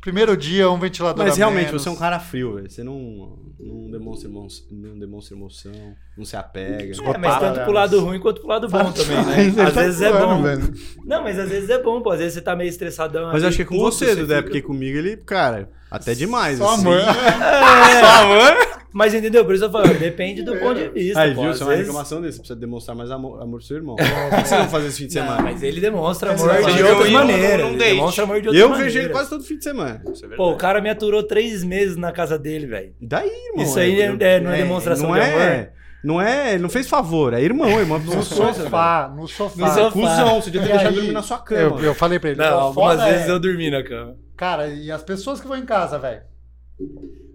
[SPEAKER 2] Primeiro dia, um ventilador.
[SPEAKER 6] Mas
[SPEAKER 2] a
[SPEAKER 6] realmente,
[SPEAKER 2] menos.
[SPEAKER 6] você é um cara frio, velho. Você não, não, demonstra emoção, não demonstra emoção, não se apega.
[SPEAKER 5] É, mas tanto pro lado ruim quanto pro lado bom também,
[SPEAKER 2] Ele
[SPEAKER 5] né? Às
[SPEAKER 2] tá
[SPEAKER 5] vezes é
[SPEAKER 2] zoando,
[SPEAKER 5] bom.
[SPEAKER 2] velho.
[SPEAKER 5] Não, mas às vezes é bom, pô. Às vezes você tá meio estressadão.
[SPEAKER 6] Mas eu
[SPEAKER 5] ali,
[SPEAKER 6] acho que é com
[SPEAKER 5] puto,
[SPEAKER 6] você, Dudé,
[SPEAKER 5] fica-
[SPEAKER 6] porque comigo ele, cara, até demais.
[SPEAKER 2] Só
[SPEAKER 6] assim.
[SPEAKER 2] amor.
[SPEAKER 5] Mas entendeu? Por isso eu falo, depende do ponto de vista.
[SPEAKER 6] Aí,
[SPEAKER 5] pô.
[SPEAKER 6] viu?
[SPEAKER 5] Às
[SPEAKER 6] Isso é uma
[SPEAKER 5] vezes-
[SPEAKER 6] reclamação dele. É. Você precisa demonstrar mais amor, amor pro seu irmão. O que você não fazer esse fim de
[SPEAKER 5] Não,
[SPEAKER 6] semana?
[SPEAKER 5] mas ele demonstra
[SPEAKER 2] Mas
[SPEAKER 5] amor
[SPEAKER 2] você
[SPEAKER 5] de
[SPEAKER 2] viu
[SPEAKER 5] outras
[SPEAKER 2] ele num-
[SPEAKER 5] maneiras.
[SPEAKER 3] num
[SPEAKER 5] Ele
[SPEAKER 3] date.
[SPEAKER 5] demonstra amor de outras
[SPEAKER 6] Eu
[SPEAKER 5] maneiras.
[SPEAKER 6] vejo ele quase todo fim de semana.
[SPEAKER 3] Isso é verdade.
[SPEAKER 5] Pô, o cara me aturou três meses na casa dele, velho.
[SPEAKER 6] E daí, irmão?
[SPEAKER 5] Isso aí é-
[SPEAKER 6] Eu-
[SPEAKER 5] é- não é demonstração
[SPEAKER 6] não
[SPEAKER 5] de
[SPEAKER 6] é, Não é, ele não fez favor, é irmão, irmão.
[SPEAKER 2] No
[SPEAKER 5] é
[SPEAKER 2] sofá, no sofá.
[SPEAKER 5] No sofá.
[SPEAKER 6] Cusão, você devia
[SPEAKER 2] E
[SPEAKER 6] ter deixado
[SPEAKER 2] aí,
[SPEAKER 6] ele dormir na sua cama.
[SPEAKER 2] Eu, eu falei pra ele.
[SPEAKER 5] Não,
[SPEAKER 2] ó,
[SPEAKER 5] algumas
[SPEAKER 2] foda
[SPEAKER 5] vezes
[SPEAKER 2] é-
[SPEAKER 5] eu dormi na cama.
[SPEAKER 2] Cara, e as pessoas que vão em casa, velho?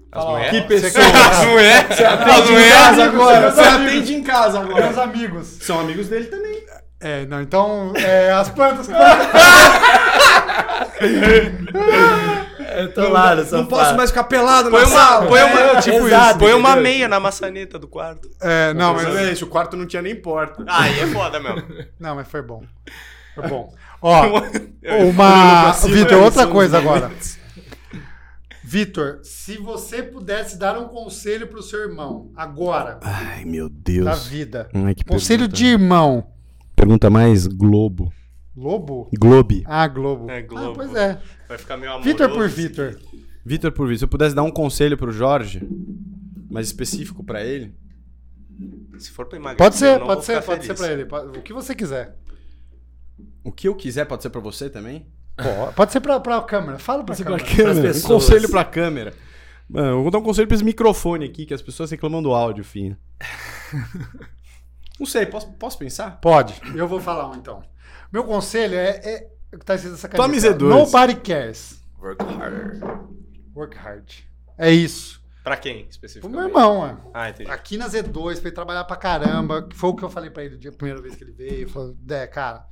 [SPEAKER 3] As
[SPEAKER 2] Fala, ó,
[SPEAKER 3] mulheres?
[SPEAKER 2] que
[SPEAKER 6] pessoa?
[SPEAKER 3] As mulheres? As mulheres?
[SPEAKER 2] agora,
[SPEAKER 6] Você atende em casa agora.
[SPEAKER 2] Meus amigos.
[SPEAKER 6] São amigos dele também.
[SPEAKER 2] É, não, então, é, as plantas.
[SPEAKER 5] Eu tô lá no sofá.
[SPEAKER 6] Não posso mais ficar pelado
[SPEAKER 3] Põe
[SPEAKER 6] na
[SPEAKER 3] uma,
[SPEAKER 6] sala.
[SPEAKER 3] põe uma,
[SPEAKER 5] É,
[SPEAKER 3] tipo
[SPEAKER 5] exato,
[SPEAKER 3] isso. Põe uma
[SPEAKER 5] entendeu?
[SPEAKER 3] meia na maçaneta do quarto.
[SPEAKER 2] É, não, mas.
[SPEAKER 6] Mas é isso, o quarto não tinha nem porta.
[SPEAKER 3] Aí é foda mesmo.
[SPEAKER 2] Não, mas foi bom. Foi bom. Ó,
[SPEAKER 3] Eu- assim,
[SPEAKER 2] uma.
[SPEAKER 6] cima,
[SPEAKER 2] Vitor, outra
[SPEAKER 6] são os
[SPEAKER 2] coisa agora. Vitor, se você pudesse dar um conselho pro seu irmão, agora,
[SPEAKER 6] Ai, meu
[SPEAKER 2] da
[SPEAKER 6] Deus.
[SPEAKER 2] vida.
[SPEAKER 6] Ai, que
[SPEAKER 2] Conselho
[SPEAKER 6] pergunta.
[SPEAKER 2] de irmão.
[SPEAKER 6] Pergunta mais Globo.
[SPEAKER 2] Globo?
[SPEAKER 6] Globe.
[SPEAKER 2] Ah, Globo.
[SPEAKER 3] É, Globo.
[SPEAKER 2] Ah, pois é.
[SPEAKER 3] Vai ficar meio amoroso.
[SPEAKER 2] Vitor por Vitor.
[SPEAKER 6] Vitor por Vitor, se eu pudesse dar um conselho pro Jorge, mais específico pra ele,
[SPEAKER 3] Se for pra emagrecer,
[SPEAKER 2] Pode
[SPEAKER 3] eu
[SPEAKER 2] ser,
[SPEAKER 3] não
[SPEAKER 2] pode
[SPEAKER 3] vou
[SPEAKER 2] ser,
[SPEAKER 3] ficar
[SPEAKER 2] pode ser
[SPEAKER 3] feliz.
[SPEAKER 2] pra ele. pode- O que você quiser.
[SPEAKER 6] o que eu quiser pode ser pra você também?
[SPEAKER 2] Pô, pode ser pra, pra câmera. Fala pra câmera.
[SPEAKER 5] pessoas.
[SPEAKER 6] Um conselho pra câmera. Mano, eu vou dar um conselho pra esse microfone aqui, que as pessoas reclamam do áudio, filho. Não sei, posso, posso pensar?
[SPEAKER 2] Pode. Eu vou falar um então. Meu conselho é. é o que tá escrito nessa
[SPEAKER 6] Tome
[SPEAKER 2] caneta.
[SPEAKER 6] Z2.
[SPEAKER 2] Nobody cares.
[SPEAKER 3] Work harder.
[SPEAKER 2] Work hard. É isso.
[SPEAKER 3] Pra quem,
[SPEAKER 2] O
[SPEAKER 3] especificamente?
[SPEAKER 2] meu irmão, é.
[SPEAKER 3] Ah, entendi.
[SPEAKER 2] Aqui na Z2, pra ele trabalhar pra caramba, que foi o que eu falei pra ele a primeira vez que ele veio. Falou, Dé, cara,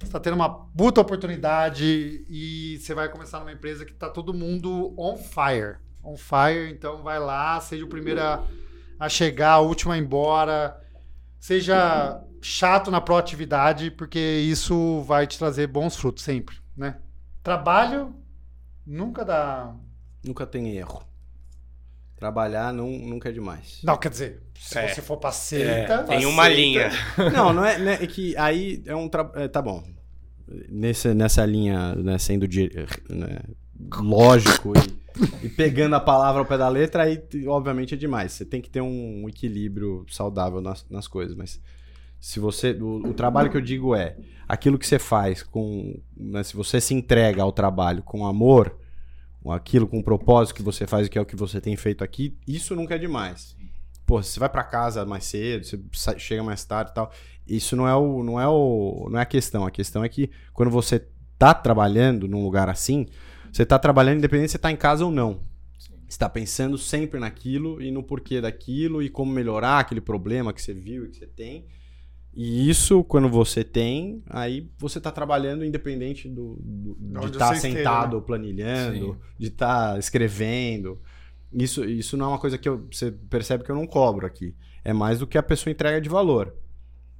[SPEAKER 2] você tá tendo uma puta oportunidade e você vai começar numa empresa que tá todo mundo on fire. On fire, então vai lá, seja o primeiro a, a chegar, o último a ir embora. Seja chato na proatividade, porque isso vai te trazer bons frutos sempre, né? Trabalho nunca dá.
[SPEAKER 6] Nunca tem erro. Trabalhar não, nunca é demais.
[SPEAKER 2] Não, quer dizer, se
[SPEAKER 3] É.
[SPEAKER 2] você for pra seita.
[SPEAKER 3] Tem um- uma linha.
[SPEAKER 6] Não, não é, né, é que aí é um tra- é, tá bom. Nesse, nessa linha, né, sendo di- né, lógico e, e pegando a palavra ao pé da letra, aí t- obviamente é demais. Você tem que ter um equilíbrio saudável nas, nas coisas, mas se você o, o trabalho que eu digo é aquilo que você faz com né, se você se entrega ao trabalho com amor, com aquilo com propósito que você faz, que é o que você tem feito aqui, isso nunca é demais. Pô, você vai pra casa mais cedo, você sai- chega mais tarde e tal. Isso não é o não é o não é a questão. A questão é que quando você tá trabalhando num lugar assim, você tá trabalhando independente se você tá em casa ou não. Você tá pensando sempre naquilo e no porquê daquilo e como melhorar aquele problema que você viu e que você tem. E isso, quando você tem, aí você tá trabalhando independente do, do-
[SPEAKER 2] De
[SPEAKER 6] de
[SPEAKER 2] onde
[SPEAKER 6] estar
[SPEAKER 2] você esteja,
[SPEAKER 6] sentado
[SPEAKER 2] né?
[SPEAKER 6] planilhando,
[SPEAKER 5] Sim.
[SPEAKER 6] de estar escrevendo. Isso, isso não é uma coisa que eu- você percebe que eu não cobro aqui. É mais do que a pessoa entrega de valor.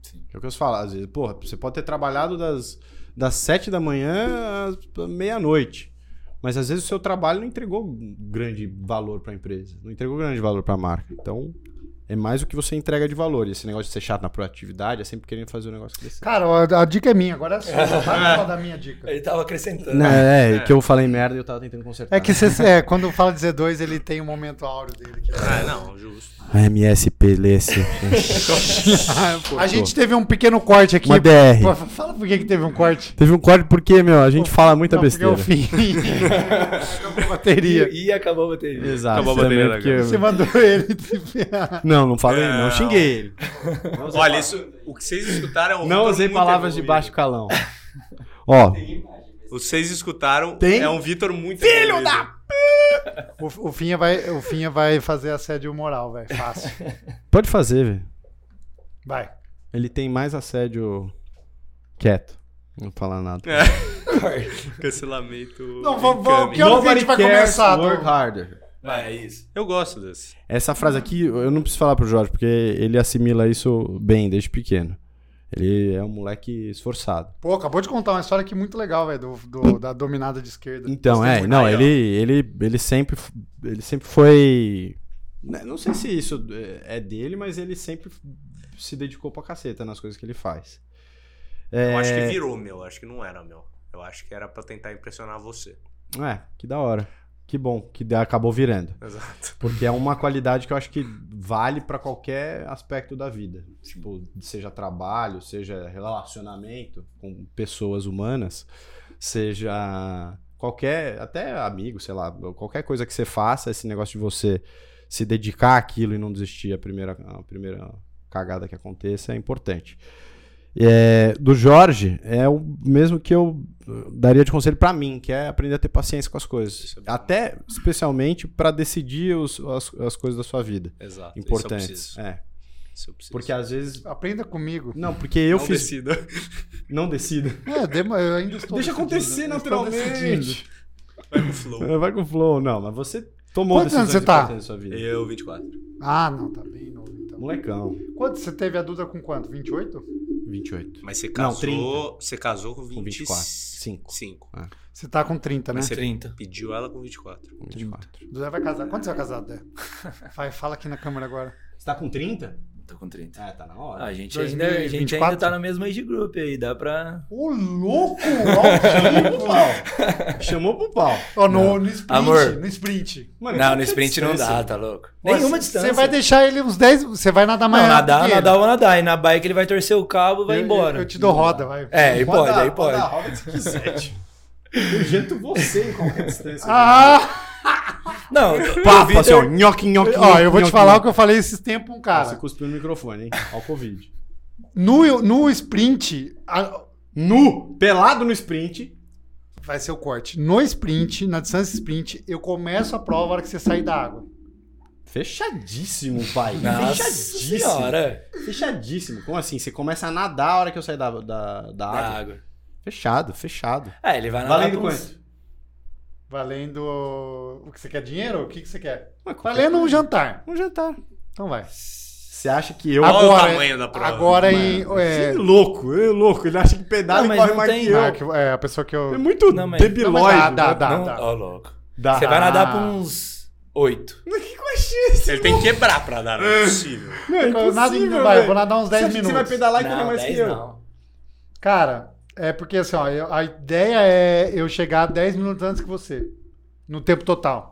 [SPEAKER 5] Sim.
[SPEAKER 6] É o que eu falo, às vezes, porra, você pode ter trabalhado das, das 7 da manhã às meia-noite. Mas às vezes o seu trabalho não entregou grande valor para a empresa, não entregou grande valor para a marca. Então, é mais o que você entrega de valor. E esse negócio de ser chato na proatividade é sempre querendo fazer o negócio crescer.
[SPEAKER 2] Cara, a, a dica é minha, agora é sua. Não vai falar da minha dica.
[SPEAKER 5] Ele tava acrescentando.
[SPEAKER 6] Não, é, é, que eu falei merda e eu tava tentando consertar.
[SPEAKER 2] É que cê, é, quando fala de Z2, ele tem um momento áureo dele. que-
[SPEAKER 3] Ah, não, justo.
[SPEAKER 6] A MSP, Lesse.
[SPEAKER 2] a gente teve um pequeno corte aqui.
[SPEAKER 6] Uma DR.
[SPEAKER 2] Pô, fala por que, que teve um corte.
[SPEAKER 6] Teve um corte porque, meu, a gente fala muita
[SPEAKER 2] Não, porque
[SPEAKER 6] besteira.
[SPEAKER 2] é o fim. Acabou a bateria.
[SPEAKER 5] E, e acabou a bateria.
[SPEAKER 6] Exato. é
[SPEAKER 3] Acabou a
[SPEAKER 6] também
[SPEAKER 3] bateria da
[SPEAKER 6] porque-
[SPEAKER 2] Você mandou ele se ferrar.
[SPEAKER 6] Não, não falei, não.
[SPEAKER 3] Não.
[SPEAKER 6] Xinguei ele.
[SPEAKER 3] Olha, isso, o que vocês escutaram... é um
[SPEAKER 6] Não
[SPEAKER 3] Vitor
[SPEAKER 6] usei
[SPEAKER 3] muito
[SPEAKER 6] palavras de
[SPEAKER 3] evoluído.
[SPEAKER 6] baixo calão. Ó,
[SPEAKER 3] O que vocês escutaram
[SPEAKER 6] Tem?
[SPEAKER 3] é um Vitor muito Filho da...
[SPEAKER 2] O, o, Finha vai, o Finha vai fazer assédio moral, velho. Fácil.
[SPEAKER 6] pode fazer, velho.
[SPEAKER 2] Vai.
[SPEAKER 6] Ele tem mais assédio quieto. Não vou falar nada.
[SPEAKER 3] Cancelamento...
[SPEAKER 2] Não, vamos- vamos-
[SPEAKER 3] incoming.
[SPEAKER 2] que hora que a gente vai começar,
[SPEAKER 6] work
[SPEAKER 2] Tom?
[SPEAKER 6] harder.
[SPEAKER 5] Vai, é isso.
[SPEAKER 3] Eu gosto desse.
[SPEAKER 6] Essa frase aqui, eu não preciso falar pro Jorge, porque ele assimila isso bem desde pequeno. Ele é um moleque esforçado.
[SPEAKER 2] Pô, acabou de contar uma história que é muito legal, velho, do, do- da dominada de esquerda.
[SPEAKER 6] Então, é, não, ele, ele, ele, sempre, f- ele sempre foi. né, Não sei se isso é é dele, mas ele sempre f- se dedicou pra caceta nas coisas que ele faz.
[SPEAKER 3] Eu acho
[SPEAKER 6] É.
[SPEAKER 3] que virou meu, eu acho que não era meu. Eu acho que era pra tentar impressionar você.
[SPEAKER 6] É, que da hora. Que bom que da- acabou virando.
[SPEAKER 3] Exato.
[SPEAKER 6] Porque é uma qualidade que eu acho que vale pra qualquer aspecto da vida. Tipo, seja trabalho, seja relacionamento com pessoas humanas, seja qualquer, até amigo, sei lá, qualquer coisa que você faça, esse negócio de você se dedicar àquilo e não desistir a primeira, a primeira cagada que aconteça é importante. É, do Jorge é o mesmo que eu daria de conselho pra mim, que é aprender a ter paciência com as coisas.
[SPEAKER 3] Isso é bom.
[SPEAKER 6] Até especialmente pra decidir os- as, as coisas da sua vida.
[SPEAKER 3] Exato.
[SPEAKER 6] Importantes.
[SPEAKER 3] Isso eu preciso.
[SPEAKER 6] É,
[SPEAKER 3] Isso eu preciso.
[SPEAKER 6] porque às vezes
[SPEAKER 2] Aprenda comigo.
[SPEAKER 6] não, porque eu
[SPEAKER 3] Não
[SPEAKER 6] fiz
[SPEAKER 3] decida.
[SPEAKER 6] não decida.
[SPEAKER 2] É, demo- eu ainda estou
[SPEAKER 6] Deixa acontecer
[SPEAKER 2] decidindo, eu estou decidindo.
[SPEAKER 6] naturalmente.
[SPEAKER 3] Vai com flow.
[SPEAKER 6] Vai com o flow, não, mas você tomou
[SPEAKER 2] Quantos anos
[SPEAKER 6] decisões
[SPEAKER 2] você tá?
[SPEAKER 6] importantes na sua vida.
[SPEAKER 3] Eu, 24.
[SPEAKER 2] Ah, não, tá bem novo então.
[SPEAKER 6] Molecão,
[SPEAKER 2] Quanto você teve a Duda com quanto? 28?
[SPEAKER 6] 28.
[SPEAKER 3] Mas você
[SPEAKER 6] Não,
[SPEAKER 3] casou.
[SPEAKER 6] 30.
[SPEAKER 3] Você casou com
[SPEAKER 6] 24.
[SPEAKER 3] 25.
[SPEAKER 6] Cinco.
[SPEAKER 3] 5.
[SPEAKER 2] Você tá com 30, né?
[SPEAKER 3] Mas você
[SPEAKER 5] 30.
[SPEAKER 3] pediu ela com 24.
[SPEAKER 6] 24.
[SPEAKER 2] Duda vai casar. Quando você vai casar, Duda? Vai, fala aqui na câmera agora.
[SPEAKER 6] Você tá com 30?
[SPEAKER 5] Tô com 30.
[SPEAKER 6] É, tá na
[SPEAKER 5] Ah,
[SPEAKER 6] hora.
[SPEAKER 5] a, gente ainda, a gente
[SPEAKER 2] 2024?
[SPEAKER 5] ainda tá no mesmo age group aí, dá pra.
[SPEAKER 2] Ô, louco!
[SPEAKER 6] Chamou pro pau. Chamou pro pau.
[SPEAKER 2] Ó, no, no sprint,
[SPEAKER 5] Amor.
[SPEAKER 2] no sprint.
[SPEAKER 6] Mano,
[SPEAKER 5] não,
[SPEAKER 6] que
[SPEAKER 5] no sprint não dá,
[SPEAKER 6] distância.
[SPEAKER 5] tá louco?
[SPEAKER 2] Ó,
[SPEAKER 5] Nenhuma
[SPEAKER 2] cê-
[SPEAKER 5] distância.
[SPEAKER 2] Você vai deixar ele uns 10... Você vai nadar mais
[SPEAKER 5] Não,
[SPEAKER 2] rápido
[SPEAKER 5] nadar,
[SPEAKER 2] que ele.
[SPEAKER 5] nadar, eu vou nadar. E na bike ele vai torcer o cabo e vai
[SPEAKER 2] Eu-
[SPEAKER 5] embora.
[SPEAKER 2] Eu, eu te dou roda, vai.
[SPEAKER 5] É, aí pode,
[SPEAKER 6] dar,
[SPEAKER 5] aí pode.
[SPEAKER 6] dar a roda se quiser, tio. Eu jento você em qualquer distância.
[SPEAKER 2] Ah!
[SPEAKER 5] Não, eu- o
[SPEAKER 6] Papo,
[SPEAKER 5] Vitor-
[SPEAKER 6] assim, ó, nhoque,
[SPEAKER 5] um
[SPEAKER 6] nhoque,
[SPEAKER 2] Ó, eu vou te
[SPEAKER 6] nhoque,
[SPEAKER 2] falar o
[SPEAKER 6] nhoque.
[SPEAKER 2] que eu falei esses tempos, um
[SPEAKER 6] Você
[SPEAKER 2] cara.
[SPEAKER 6] cuspiu no microfone, hein? Ó o Covid.
[SPEAKER 2] No, no sprint... a-
[SPEAKER 6] Nu, pelado no sprint.
[SPEAKER 2] vai ser o corte. No sprint, na distância sprint, eu começo a prova na hora que você sair da água.
[SPEAKER 6] Fechadíssimo, pai.
[SPEAKER 5] Nossa
[SPEAKER 6] Fechadíssimo.
[SPEAKER 5] senhora.
[SPEAKER 6] Fechadíssimo. Como assim? Você começa a nadar a hora que eu sair da, da, da
[SPEAKER 5] Da
[SPEAKER 6] água.
[SPEAKER 5] água.
[SPEAKER 6] Fechado, fechado.
[SPEAKER 5] Ah, ele vai nadar.
[SPEAKER 6] Valendo
[SPEAKER 5] com uns-
[SPEAKER 6] quanto?
[SPEAKER 2] Valendo... O que você quer? Dinheiro? O que, que você quer?
[SPEAKER 6] Ué, qualquer-
[SPEAKER 2] Valendo um jantar.
[SPEAKER 6] Um jantar.
[SPEAKER 2] Então vai.
[SPEAKER 6] Você acha que eu...
[SPEAKER 3] Olha o
[SPEAKER 2] Agora- é,
[SPEAKER 3] tamanho da prova.
[SPEAKER 2] Agora em... é,
[SPEAKER 6] Você é louco, é louco. Ele acha que pedala
[SPEAKER 5] Não,
[SPEAKER 6] e
[SPEAKER 5] mas
[SPEAKER 6] corre
[SPEAKER 5] não
[SPEAKER 6] mais
[SPEAKER 5] tem-
[SPEAKER 6] que eu.
[SPEAKER 2] Ah, que- é, a pessoa que
[SPEAKER 6] É
[SPEAKER 2] eu.
[SPEAKER 6] muito
[SPEAKER 5] Não, mas-
[SPEAKER 6] debilóide.
[SPEAKER 2] Não, mas dá,
[SPEAKER 6] né?
[SPEAKER 2] dá,
[SPEAKER 5] Não,
[SPEAKER 2] dá.
[SPEAKER 5] ó, louco.
[SPEAKER 6] Dá.
[SPEAKER 5] Você vai nadar pra um- uns 8.
[SPEAKER 3] Ele tem que quebrar pra dar, não é possível.
[SPEAKER 6] é Não, é
[SPEAKER 2] Eu nado em-
[SPEAKER 6] impossível,
[SPEAKER 2] vai,
[SPEAKER 6] velho.
[SPEAKER 2] vou nadar uns
[SPEAKER 6] Você
[SPEAKER 2] 10
[SPEAKER 6] acha que
[SPEAKER 2] minutos.
[SPEAKER 6] Você vai pedalar e correr
[SPEAKER 5] Não,
[SPEAKER 6] mais que
[SPEAKER 5] 10
[SPEAKER 6] eu.
[SPEAKER 5] não.
[SPEAKER 2] Cara, é porque assim, ó, eu- a ideia é eu chegar 10 minutos antes que você. No tempo total.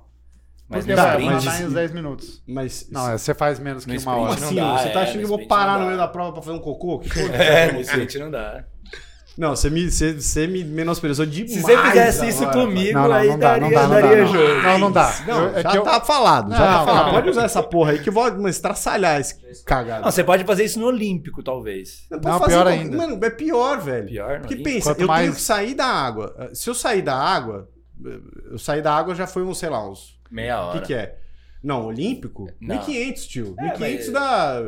[SPEAKER 5] Mas
[SPEAKER 2] porque
[SPEAKER 5] no
[SPEAKER 6] dá,
[SPEAKER 2] vai,
[SPEAKER 5] sprint,
[SPEAKER 6] mas-
[SPEAKER 2] nadar em uns 10 minutos.
[SPEAKER 6] Mas...
[SPEAKER 2] Não, é, você faz menos que
[SPEAKER 5] No
[SPEAKER 2] uma
[SPEAKER 5] sprint,
[SPEAKER 2] hora.
[SPEAKER 6] Como
[SPEAKER 5] não
[SPEAKER 6] assim?
[SPEAKER 5] dá,
[SPEAKER 6] você tá
[SPEAKER 5] é,
[SPEAKER 6] achando que eu
[SPEAKER 5] no
[SPEAKER 6] vou
[SPEAKER 5] sprint
[SPEAKER 6] parar
[SPEAKER 5] não
[SPEAKER 6] no
[SPEAKER 5] dá.
[SPEAKER 6] meio da prova pra fazer um cocô? Que porra?
[SPEAKER 5] É, no sprint não dá.
[SPEAKER 6] Não, você me, você, você me menosprezou demais.
[SPEAKER 5] Se você fizesse isso
[SPEAKER 6] agora.
[SPEAKER 5] comigo,
[SPEAKER 2] Não, não,
[SPEAKER 5] aí
[SPEAKER 2] não dá,
[SPEAKER 5] daria,
[SPEAKER 2] não dá, não dá.
[SPEAKER 5] daria jogo.
[SPEAKER 2] Não, não, não dá.
[SPEAKER 6] Não,
[SPEAKER 2] Eu- é
[SPEAKER 6] já
[SPEAKER 2] que eu-
[SPEAKER 6] tá falado, já
[SPEAKER 2] Não,
[SPEAKER 6] tá falado.
[SPEAKER 2] não.
[SPEAKER 6] Pode usar essa porra aí que eu vou mano, estraçalhar esse cagado.
[SPEAKER 5] Não, você pode fazer isso no Olímpico, talvez.
[SPEAKER 6] Não,
[SPEAKER 2] Não,
[SPEAKER 6] fazer
[SPEAKER 2] pior
[SPEAKER 6] qualquer-
[SPEAKER 2] ainda.
[SPEAKER 6] Mano, é pior, velho.
[SPEAKER 5] Pior, não.
[SPEAKER 6] Porque
[SPEAKER 5] Olímpico.
[SPEAKER 6] pensa,
[SPEAKER 2] Quanto
[SPEAKER 6] eu
[SPEAKER 2] mais-
[SPEAKER 6] tenho que sair da água. Eh, Se eu sair da água, eh, eu sair da água já foi um, sei lá, uns...
[SPEAKER 5] Meia
[SPEAKER 6] O
[SPEAKER 5] hora.
[SPEAKER 6] que que é? Não, olímpico?
[SPEAKER 5] Não.
[SPEAKER 6] 1.500, tio.
[SPEAKER 5] É,
[SPEAKER 6] 1.500
[SPEAKER 5] mas-
[SPEAKER 6] dá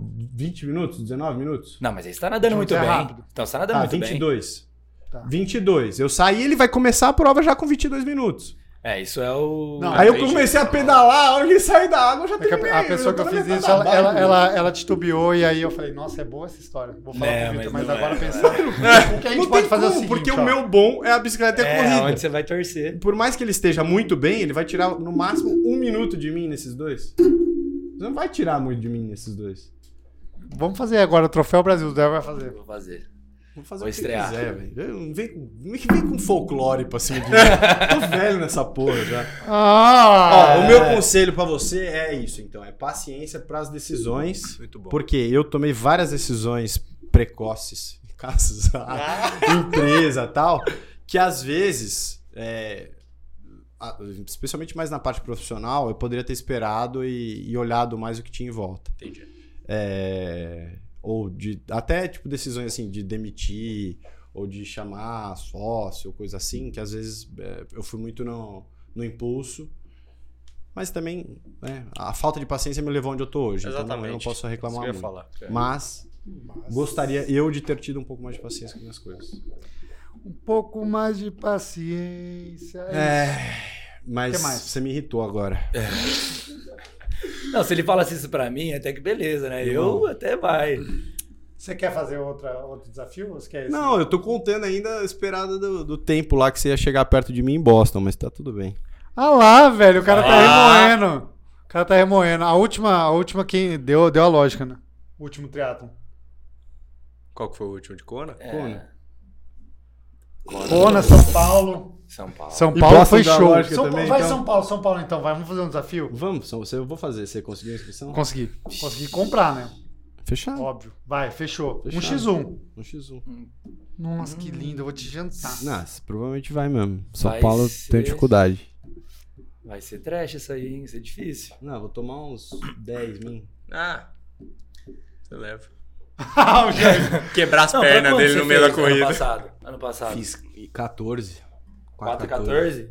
[SPEAKER 6] 20 minutos, 19 minutos?
[SPEAKER 5] Não, mas aí você tá nadando
[SPEAKER 2] Então
[SPEAKER 5] muito
[SPEAKER 2] tá
[SPEAKER 5] bem.
[SPEAKER 2] rápido.
[SPEAKER 5] Então você tá nadando
[SPEAKER 6] Tá,
[SPEAKER 5] muito bem.
[SPEAKER 6] 22.
[SPEAKER 2] Tá.
[SPEAKER 6] 22. Eu saí ele vai começar a prova já com 22 minutos.
[SPEAKER 5] É, isso é o.
[SPEAKER 2] Não,
[SPEAKER 6] Aí eu
[SPEAKER 3] entendi.
[SPEAKER 6] comecei a pedalar, a hora que ele sair da água eu já
[SPEAKER 2] é que
[SPEAKER 6] terminei.
[SPEAKER 2] a, a pessoa que eu fiz isso, ela, ela, ela, ela titubeou e aí eu falei, nossa, é boa essa história. Vou falar
[SPEAKER 5] É,
[SPEAKER 2] pro Vitor,
[SPEAKER 5] mas
[SPEAKER 2] mas,
[SPEAKER 5] não
[SPEAKER 2] agora
[SPEAKER 5] é,
[SPEAKER 2] pensando. O que a gente
[SPEAKER 6] não
[SPEAKER 2] pode fazer é o
[SPEAKER 6] como,
[SPEAKER 2] seguinte,
[SPEAKER 6] porque
[SPEAKER 2] ó.
[SPEAKER 6] o meu bom é a bicicleta e a
[SPEAKER 5] é
[SPEAKER 6] corrida.
[SPEAKER 5] onde você vai torcer.
[SPEAKER 6] Por mais que ele esteja muito bem, ele vai tirar no máximo um minuto de mim nesses dois. Você não vai tirar muito de mim nesses dois.
[SPEAKER 2] Vamos fazer agora o Troféu Brasil, o Débora vai fazer.
[SPEAKER 5] Vou fazer.
[SPEAKER 6] Vou fazer
[SPEAKER 5] Vou
[SPEAKER 6] o que
[SPEAKER 5] estrear.
[SPEAKER 6] quiser, velho. Eu- Não vem, com- não vem com folclore pra cima de mim. Eu Tô velho nessa porra já.
[SPEAKER 2] Ah!
[SPEAKER 6] Ó, o meu conselho pra você é isso, então. É paciência pras decisões.
[SPEAKER 3] Muito bom.
[SPEAKER 6] Porque eu tomei várias decisões precoces, casos, empresa tal, que às vezes, é, a- especialmente mais na parte profissional, eu poderia ter esperado e, e olhado mais o que tinha em volta.
[SPEAKER 3] Entendi.
[SPEAKER 6] É, ou de até tipo decisões assim de demitir ou de chamar sócio ou coisa assim, que às vezes é, eu fui muito no, no impulso. Mas também né, a falta de paciência me levou onde eu tô hoje. Então não, eu não
[SPEAKER 3] Exatamente.
[SPEAKER 6] posso
[SPEAKER 3] Isso
[SPEAKER 6] reclamar
[SPEAKER 3] que eu ia
[SPEAKER 6] muito.
[SPEAKER 3] falar.
[SPEAKER 6] Mas gostaria eu de ter tido um pouco mais de paciência com minhas coisas.
[SPEAKER 2] Um pouco mais de paciência. É
[SPEAKER 6] Mas
[SPEAKER 2] Que mais?
[SPEAKER 6] você me irritou agora.
[SPEAKER 5] é Não, se ele falasse isso pra mim, até que beleza, né? Eu até vai.
[SPEAKER 2] Você quer fazer outra, outro desafio? Ou você quer esse?
[SPEAKER 6] Não, eu tô contando ainda a esperada do, do tempo lá que você ia chegar perto de mim em Boston, mas tá tudo bem.
[SPEAKER 2] Ah lá, velho, o cara tá
[SPEAKER 3] Ah.
[SPEAKER 2] remoendo. O cara tá remoendo. A última, a última que deu, deu a lógica, né? O último triatlon.
[SPEAKER 3] Qual que foi o último de Kona?
[SPEAKER 5] É,
[SPEAKER 2] Kona, São Paulo.
[SPEAKER 3] São Paulo.
[SPEAKER 2] São
[SPEAKER 6] E
[SPEAKER 2] Paulo
[SPEAKER 6] Boston
[SPEAKER 2] foi
[SPEAKER 6] deu a
[SPEAKER 2] show.
[SPEAKER 6] lógica
[SPEAKER 2] São
[SPEAKER 6] também,
[SPEAKER 2] Paulo- vai
[SPEAKER 6] então?
[SPEAKER 2] São Paulo, São Paulo então, vai. Vamos fazer um desafio?
[SPEAKER 6] Vamos, São, você, eu vou fazer. Você conseguiu a inscrição?
[SPEAKER 2] Consegui. Consegui comprar, né?
[SPEAKER 6] Fechado.
[SPEAKER 2] Óbvio. Vai, fechou. Um
[SPEAKER 6] Fechado.
[SPEAKER 2] X1.
[SPEAKER 6] Um X1.
[SPEAKER 2] Nossa, que lindo. Eu vou te jantar.
[SPEAKER 6] Nossa, provavelmente vai mesmo. São
[SPEAKER 5] Vai
[SPEAKER 6] Paulo tem
[SPEAKER 5] ser-
[SPEAKER 6] dificuldade.
[SPEAKER 5] vai ser trash isso aí, hein? Vai ser difícil.
[SPEAKER 6] Não, vou tomar uns 10 mil.
[SPEAKER 3] Ah. Você leva.
[SPEAKER 2] Ah, o Jair.
[SPEAKER 3] Quebrar as
[SPEAKER 5] Não, pra
[SPEAKER 3] pernas
[SPEAKER 5] quanto
[SPEAKER 3] dele
[SPEAKER 5] você
[SPEAKER 3] no meio da
[SPEAKER 5] fez
[SPEAKER 3] corrida.
[SPEAKER 5] Ano passado. Ano passado.
[SPEAKER 6] Tá. Fiz 14.
[SPEAKER 5] 4 14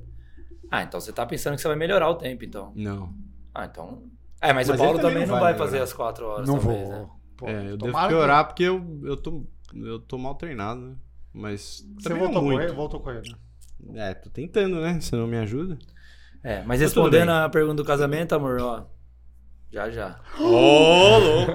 [SPEAKER 5] Ah, então você tá pensando que você vai melhorar o tempo, então.
[SPEAKER 6] Não.
[SPEAKER 5] Ah, então. É, mas,
[SPEAKER 6] Mas
[SPEAKER 5] o Paulo
[SPEAKER 6] ele
[SPEAKER 5] também,
[SPEAKER 6] também
[SPEAKER 5] não
[SPEAKER 6] não
[SPEAKER 5] vai,
[SPEAKER 6] vai
[SPEAKER 5] fazer
[SPEAKER 6] melhorar.
[SPEAKER 5] as 4 horas.
[SPEAKER 2] Não
[SPEAKER 5] talvez,
[SPEAKER 2] vou.
[SPEAKER 5] Né?
[SPEAKER 2] Pô,
[SPEAKER 6] é, eu devo
[SPEAKER 2] tomara que-
[SPEAKER 6] piorar porque eu, eu, tô, eu tô mal treinado, né? Mas.
[SPEAKER 2] Você
[SPEAKER 6] também não
[SPEAKER 2] voltou
[SPEAKER 6] muito.
[SPEAKER 2] correndo? Voltou correndo.
[SPEAKER 6] É, tô tentando, né? Você não me ajuda?
[SPEAKER 5] É, mas
[SPEAKER 6] Tá tudo
[SPEAKER 5] respondendo a pergunta do casamento, amor, ó. Já, já.
[SPEAKER 3] Ô, louco.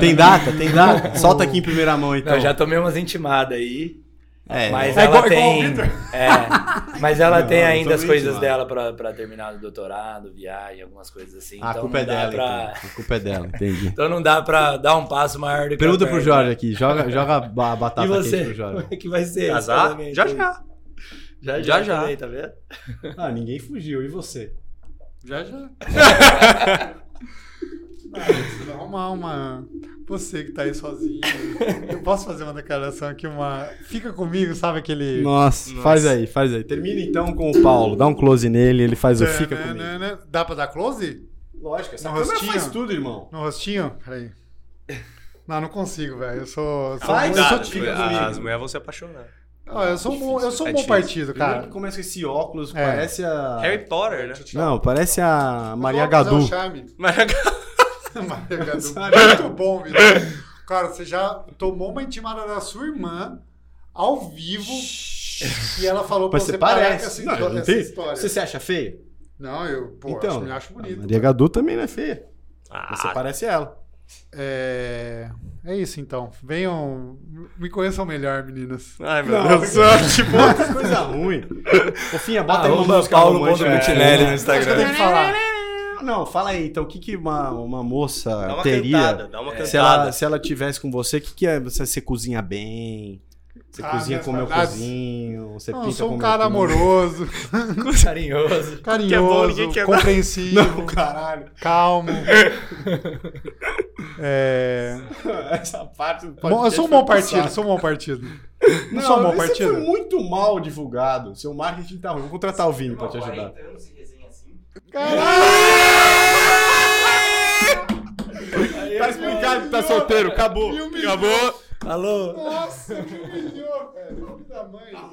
[SPEAKER 6] Tem data, tem data. Solta aqui em primeira mão, então.
[SPEAKER 5] Eu já tomei umas intimadas aí.
[SPEAKER 6] É,
[SPEAKER 5] Mas
[SPEAKER 2] É
[SPEAKER 5] ela
[SPEAKER 2] igual- igual o
[SPEAKER 5] tem. é, mas ela
[SPEAKER 6] Não,
[SPEAKER 5] tem
[SPEAKER 6] não
[SPEAKER 5] ainda
[SPEAKER 6] tô
[SPEAKER 5] as coisas
[SPEAKER 6] intimado.
[SPEAKER 5] dela pra, pra terminar o doutorado, viagem, algumas coisas assim.
[SPEAKER 6] Ah, a
[SPEAKER 5] então
[SPEAKER 6] culpa
[SPEAKER 5] não
[SPEAKER 6] é
[SPEAKER 5] dá
[SPEAKER 6] dela,
[SPEAKER 5] pra-
[SPEAKER 6] então. A culpa é dela, entendi.
[SPEAKER 5] Então não dá pra dar um passo maior do que
[SPEAKER 6] Pergunta
[SPEAKER 5] a
[SPEAKER 6] pro
[SPEAKER 5] perna.
[SPEAKER 6] Jorge aqui. Joga, joga a ba- batata
[SPEAKER 5] E
[SPEAKER 6] quente
[SPEAKER 5] você?
[SPEAKER 6] pro Jorge.
[SPEAKER 5] Como é que vai ser? esse
[SPEAKER 3] Casar?
[SPEAKER 5] casamento
[SPEAKER 3] Já
[SPEAKER 5] aí?
[SPEAKER 3] já.
[SPEAKER 5] Já já.
[SPEAKER 3] Já, já.
[SPEAKER 5] também, tá vendo?
[SPEAKER 6] Ah, ninguém fugiu. E você?
[SPEAKER 2] Já, já. Arrumar uma. Você que tá aí sozinho. Eu posso fazer uma declaração aqui, uma. Fica comigo, sabe aquele.
[SPEAKER 6] Nossa,
[SPEAKER 3] Nossa.
[SPEAKER 6] faz aí, faz aí. Termina então com o Paulo. Dá um close nele, ele faz o fica
[SPEAKER 2] Né,
[SPEAKER 6] comigo.
[SPEAKER 2] né, né. Dá pra dar close?
[SPEAKER 6] Lógico, essa
[SPEAKER 2] No câmera rostinho? faz
[SPEAKER 6] tudo, irmão.
[SPEAKER 2] No rostinho? Peraí. Não, não consigo, velho. Eu sou. sou
[SPEAKER 6] Vai,
[SPEAKER 2] eu
[SPEAKER 6] cara,
[SPEAKER 2] sou,
[SPEAKER 3] Cuidado,
[SPEAKER 6] fica
[SPEAKER 3] ah, As
[SPEAKER 6] comigo.
[SPEAKER 3] mulheres vão se apaixonar.
[SPEAKER 2] Ó, eu sou um bom, eu sou um
[SPEAKER 3] É
[SPEAKER 2] bom
[SPEAKER 3] difícil.
[SPEAKER 2] partido,
[SPEAKER 6] Cara,
[SPEAKER 2] cara.
[SPEAKER 6] que começa com esse óculos,
[SPEAKER 2] É.
[SPEAKER 6] parece a.
[SPEAKER 3] Harry Potter, né?
[SPEAKER 6] Ah. Não, parece a Maria
[SPEAKER 2] Mas é
[SPEAKER 6] Gadu.
[SPEAKER 2] um charme.
[SPEAKER 3] Mas
[SPEAKER 2] Maria Gadu. Muito bom, velho. Cara, você já tomou uma intimada da sua irmã ao vivo e ela falou pra
[SPEAKER 6] Mas
[SPEAKER 2] você
[SPEAKER 6] você
[SPEAKER 2] parar com
[SPEAKER 6] parece.
[SPEAKER 2] essa,
[SPEAKER 6] Não,
[SPEAKER 2] essa
[SPEAKER 6] não tem-
[SPEAKER 2] história.
[SPEAKER 6] Você se acha feio?
[SPEAKER 2] Não, eu pô,
[SPEAKER 6] Então,
[SPEAKER 2] acho, me acho
[SPEAKER 6] A
[SPEAKER 2] bonito.
[SPEAKER 6] Maria Gadu também não é feia. Você
[SPEAKER 3] Ah,
[SPEAKER 6] parece ela.
[SPEAKER 2] É... é isso então. Venham, me conheçam melhor, meninas.
[SPEAKER 3] Ai, meu
[SPEAKER 6] Não,
[SPEAKER 3] Deus do céu.
[SPEAKER 6] Tipo, que coisa ruim. Fofinha, bota aí uma
[SPEAKER 5] Arroba
[SPEAKER 6] música
[SPEAKER 5] Ah, Paulo né?
[SPEAKER 6] romântica. É.
[SPEAKER 5] Montecutinelli
[SPEAKER 2] Acho
[SPEAKER 5] no
[SPEAKER 2] que eu
[SPEAKER 5] Instagram.
[SPEAKER 2] tenho que falar.
[SPEAKER 6] Não, fala aí, então, o que, que uma, uma moça
[SPEAKER 3] Dá uma
[SPEAKER 6] teria
[SPEAKER 3] cantada, dá uma
[SPEAKER 6] se, ela,
[SPEAKER 3] cantada.
[SPEAKER 6] se ela tivesse com você? O que, que é? Você, você cozinha bem? Você
[SPEAKER 2] Ah,
[SPEAKER 6] cozinha
[SPEAKER 2] minhas
[SPEAKER 6] como eu
[SPEAKER 2] saudades.
[SPEAKER 6] cozinho? Você
[SPEAKER 2] Não, eu
[SPEAKER 6] pinta
[SPEAKER 2] sou um
[SPEAKER 6] como
[SPEAKER 2] cara
[SPEAKER 6] eu pinto?
[SPEAKER 2] amoroso,
[SPEAKER 5] Carinhoso.
[SPEAKER 3] bom,
[SPEAKER 2] carinhoso,
[SPEAKER 3] ninguém quer dar.
[SPEAKER 2] compreensivo,
[SPEAKER 6] Não, caralho.
[SPEAKER 2] calmo. É...
[SPEAKER 6] Essa parte do
[SPEAKER 2] Bom, eu
[SPEAKER 6] podcast
[SPEAKER 2] sou um bom
[SPEAKER 6] foi pro
[SPEAKER 2] partido,
[SPEAKER 6] saco.
[SPEAKER 2] sou um bom partido. Não,
[SPEAKER 6] Não,
[SPEAKER 2] sou um bom
[SPEAKER 6] esse foi
[SPEAKER 2] partido.
[SPEAKER 6] muito mal divulgado. Seu marketing tá ruim. Vou contratar o Vini pra te ajudar. Tá explicado que tá solteiro. Acabou.
[SPEAKER 2] Acabou.
[SPEAKER 5] Alô?
[SPEAKER 2] Nossa, que melhor, velho. Filho da mãe.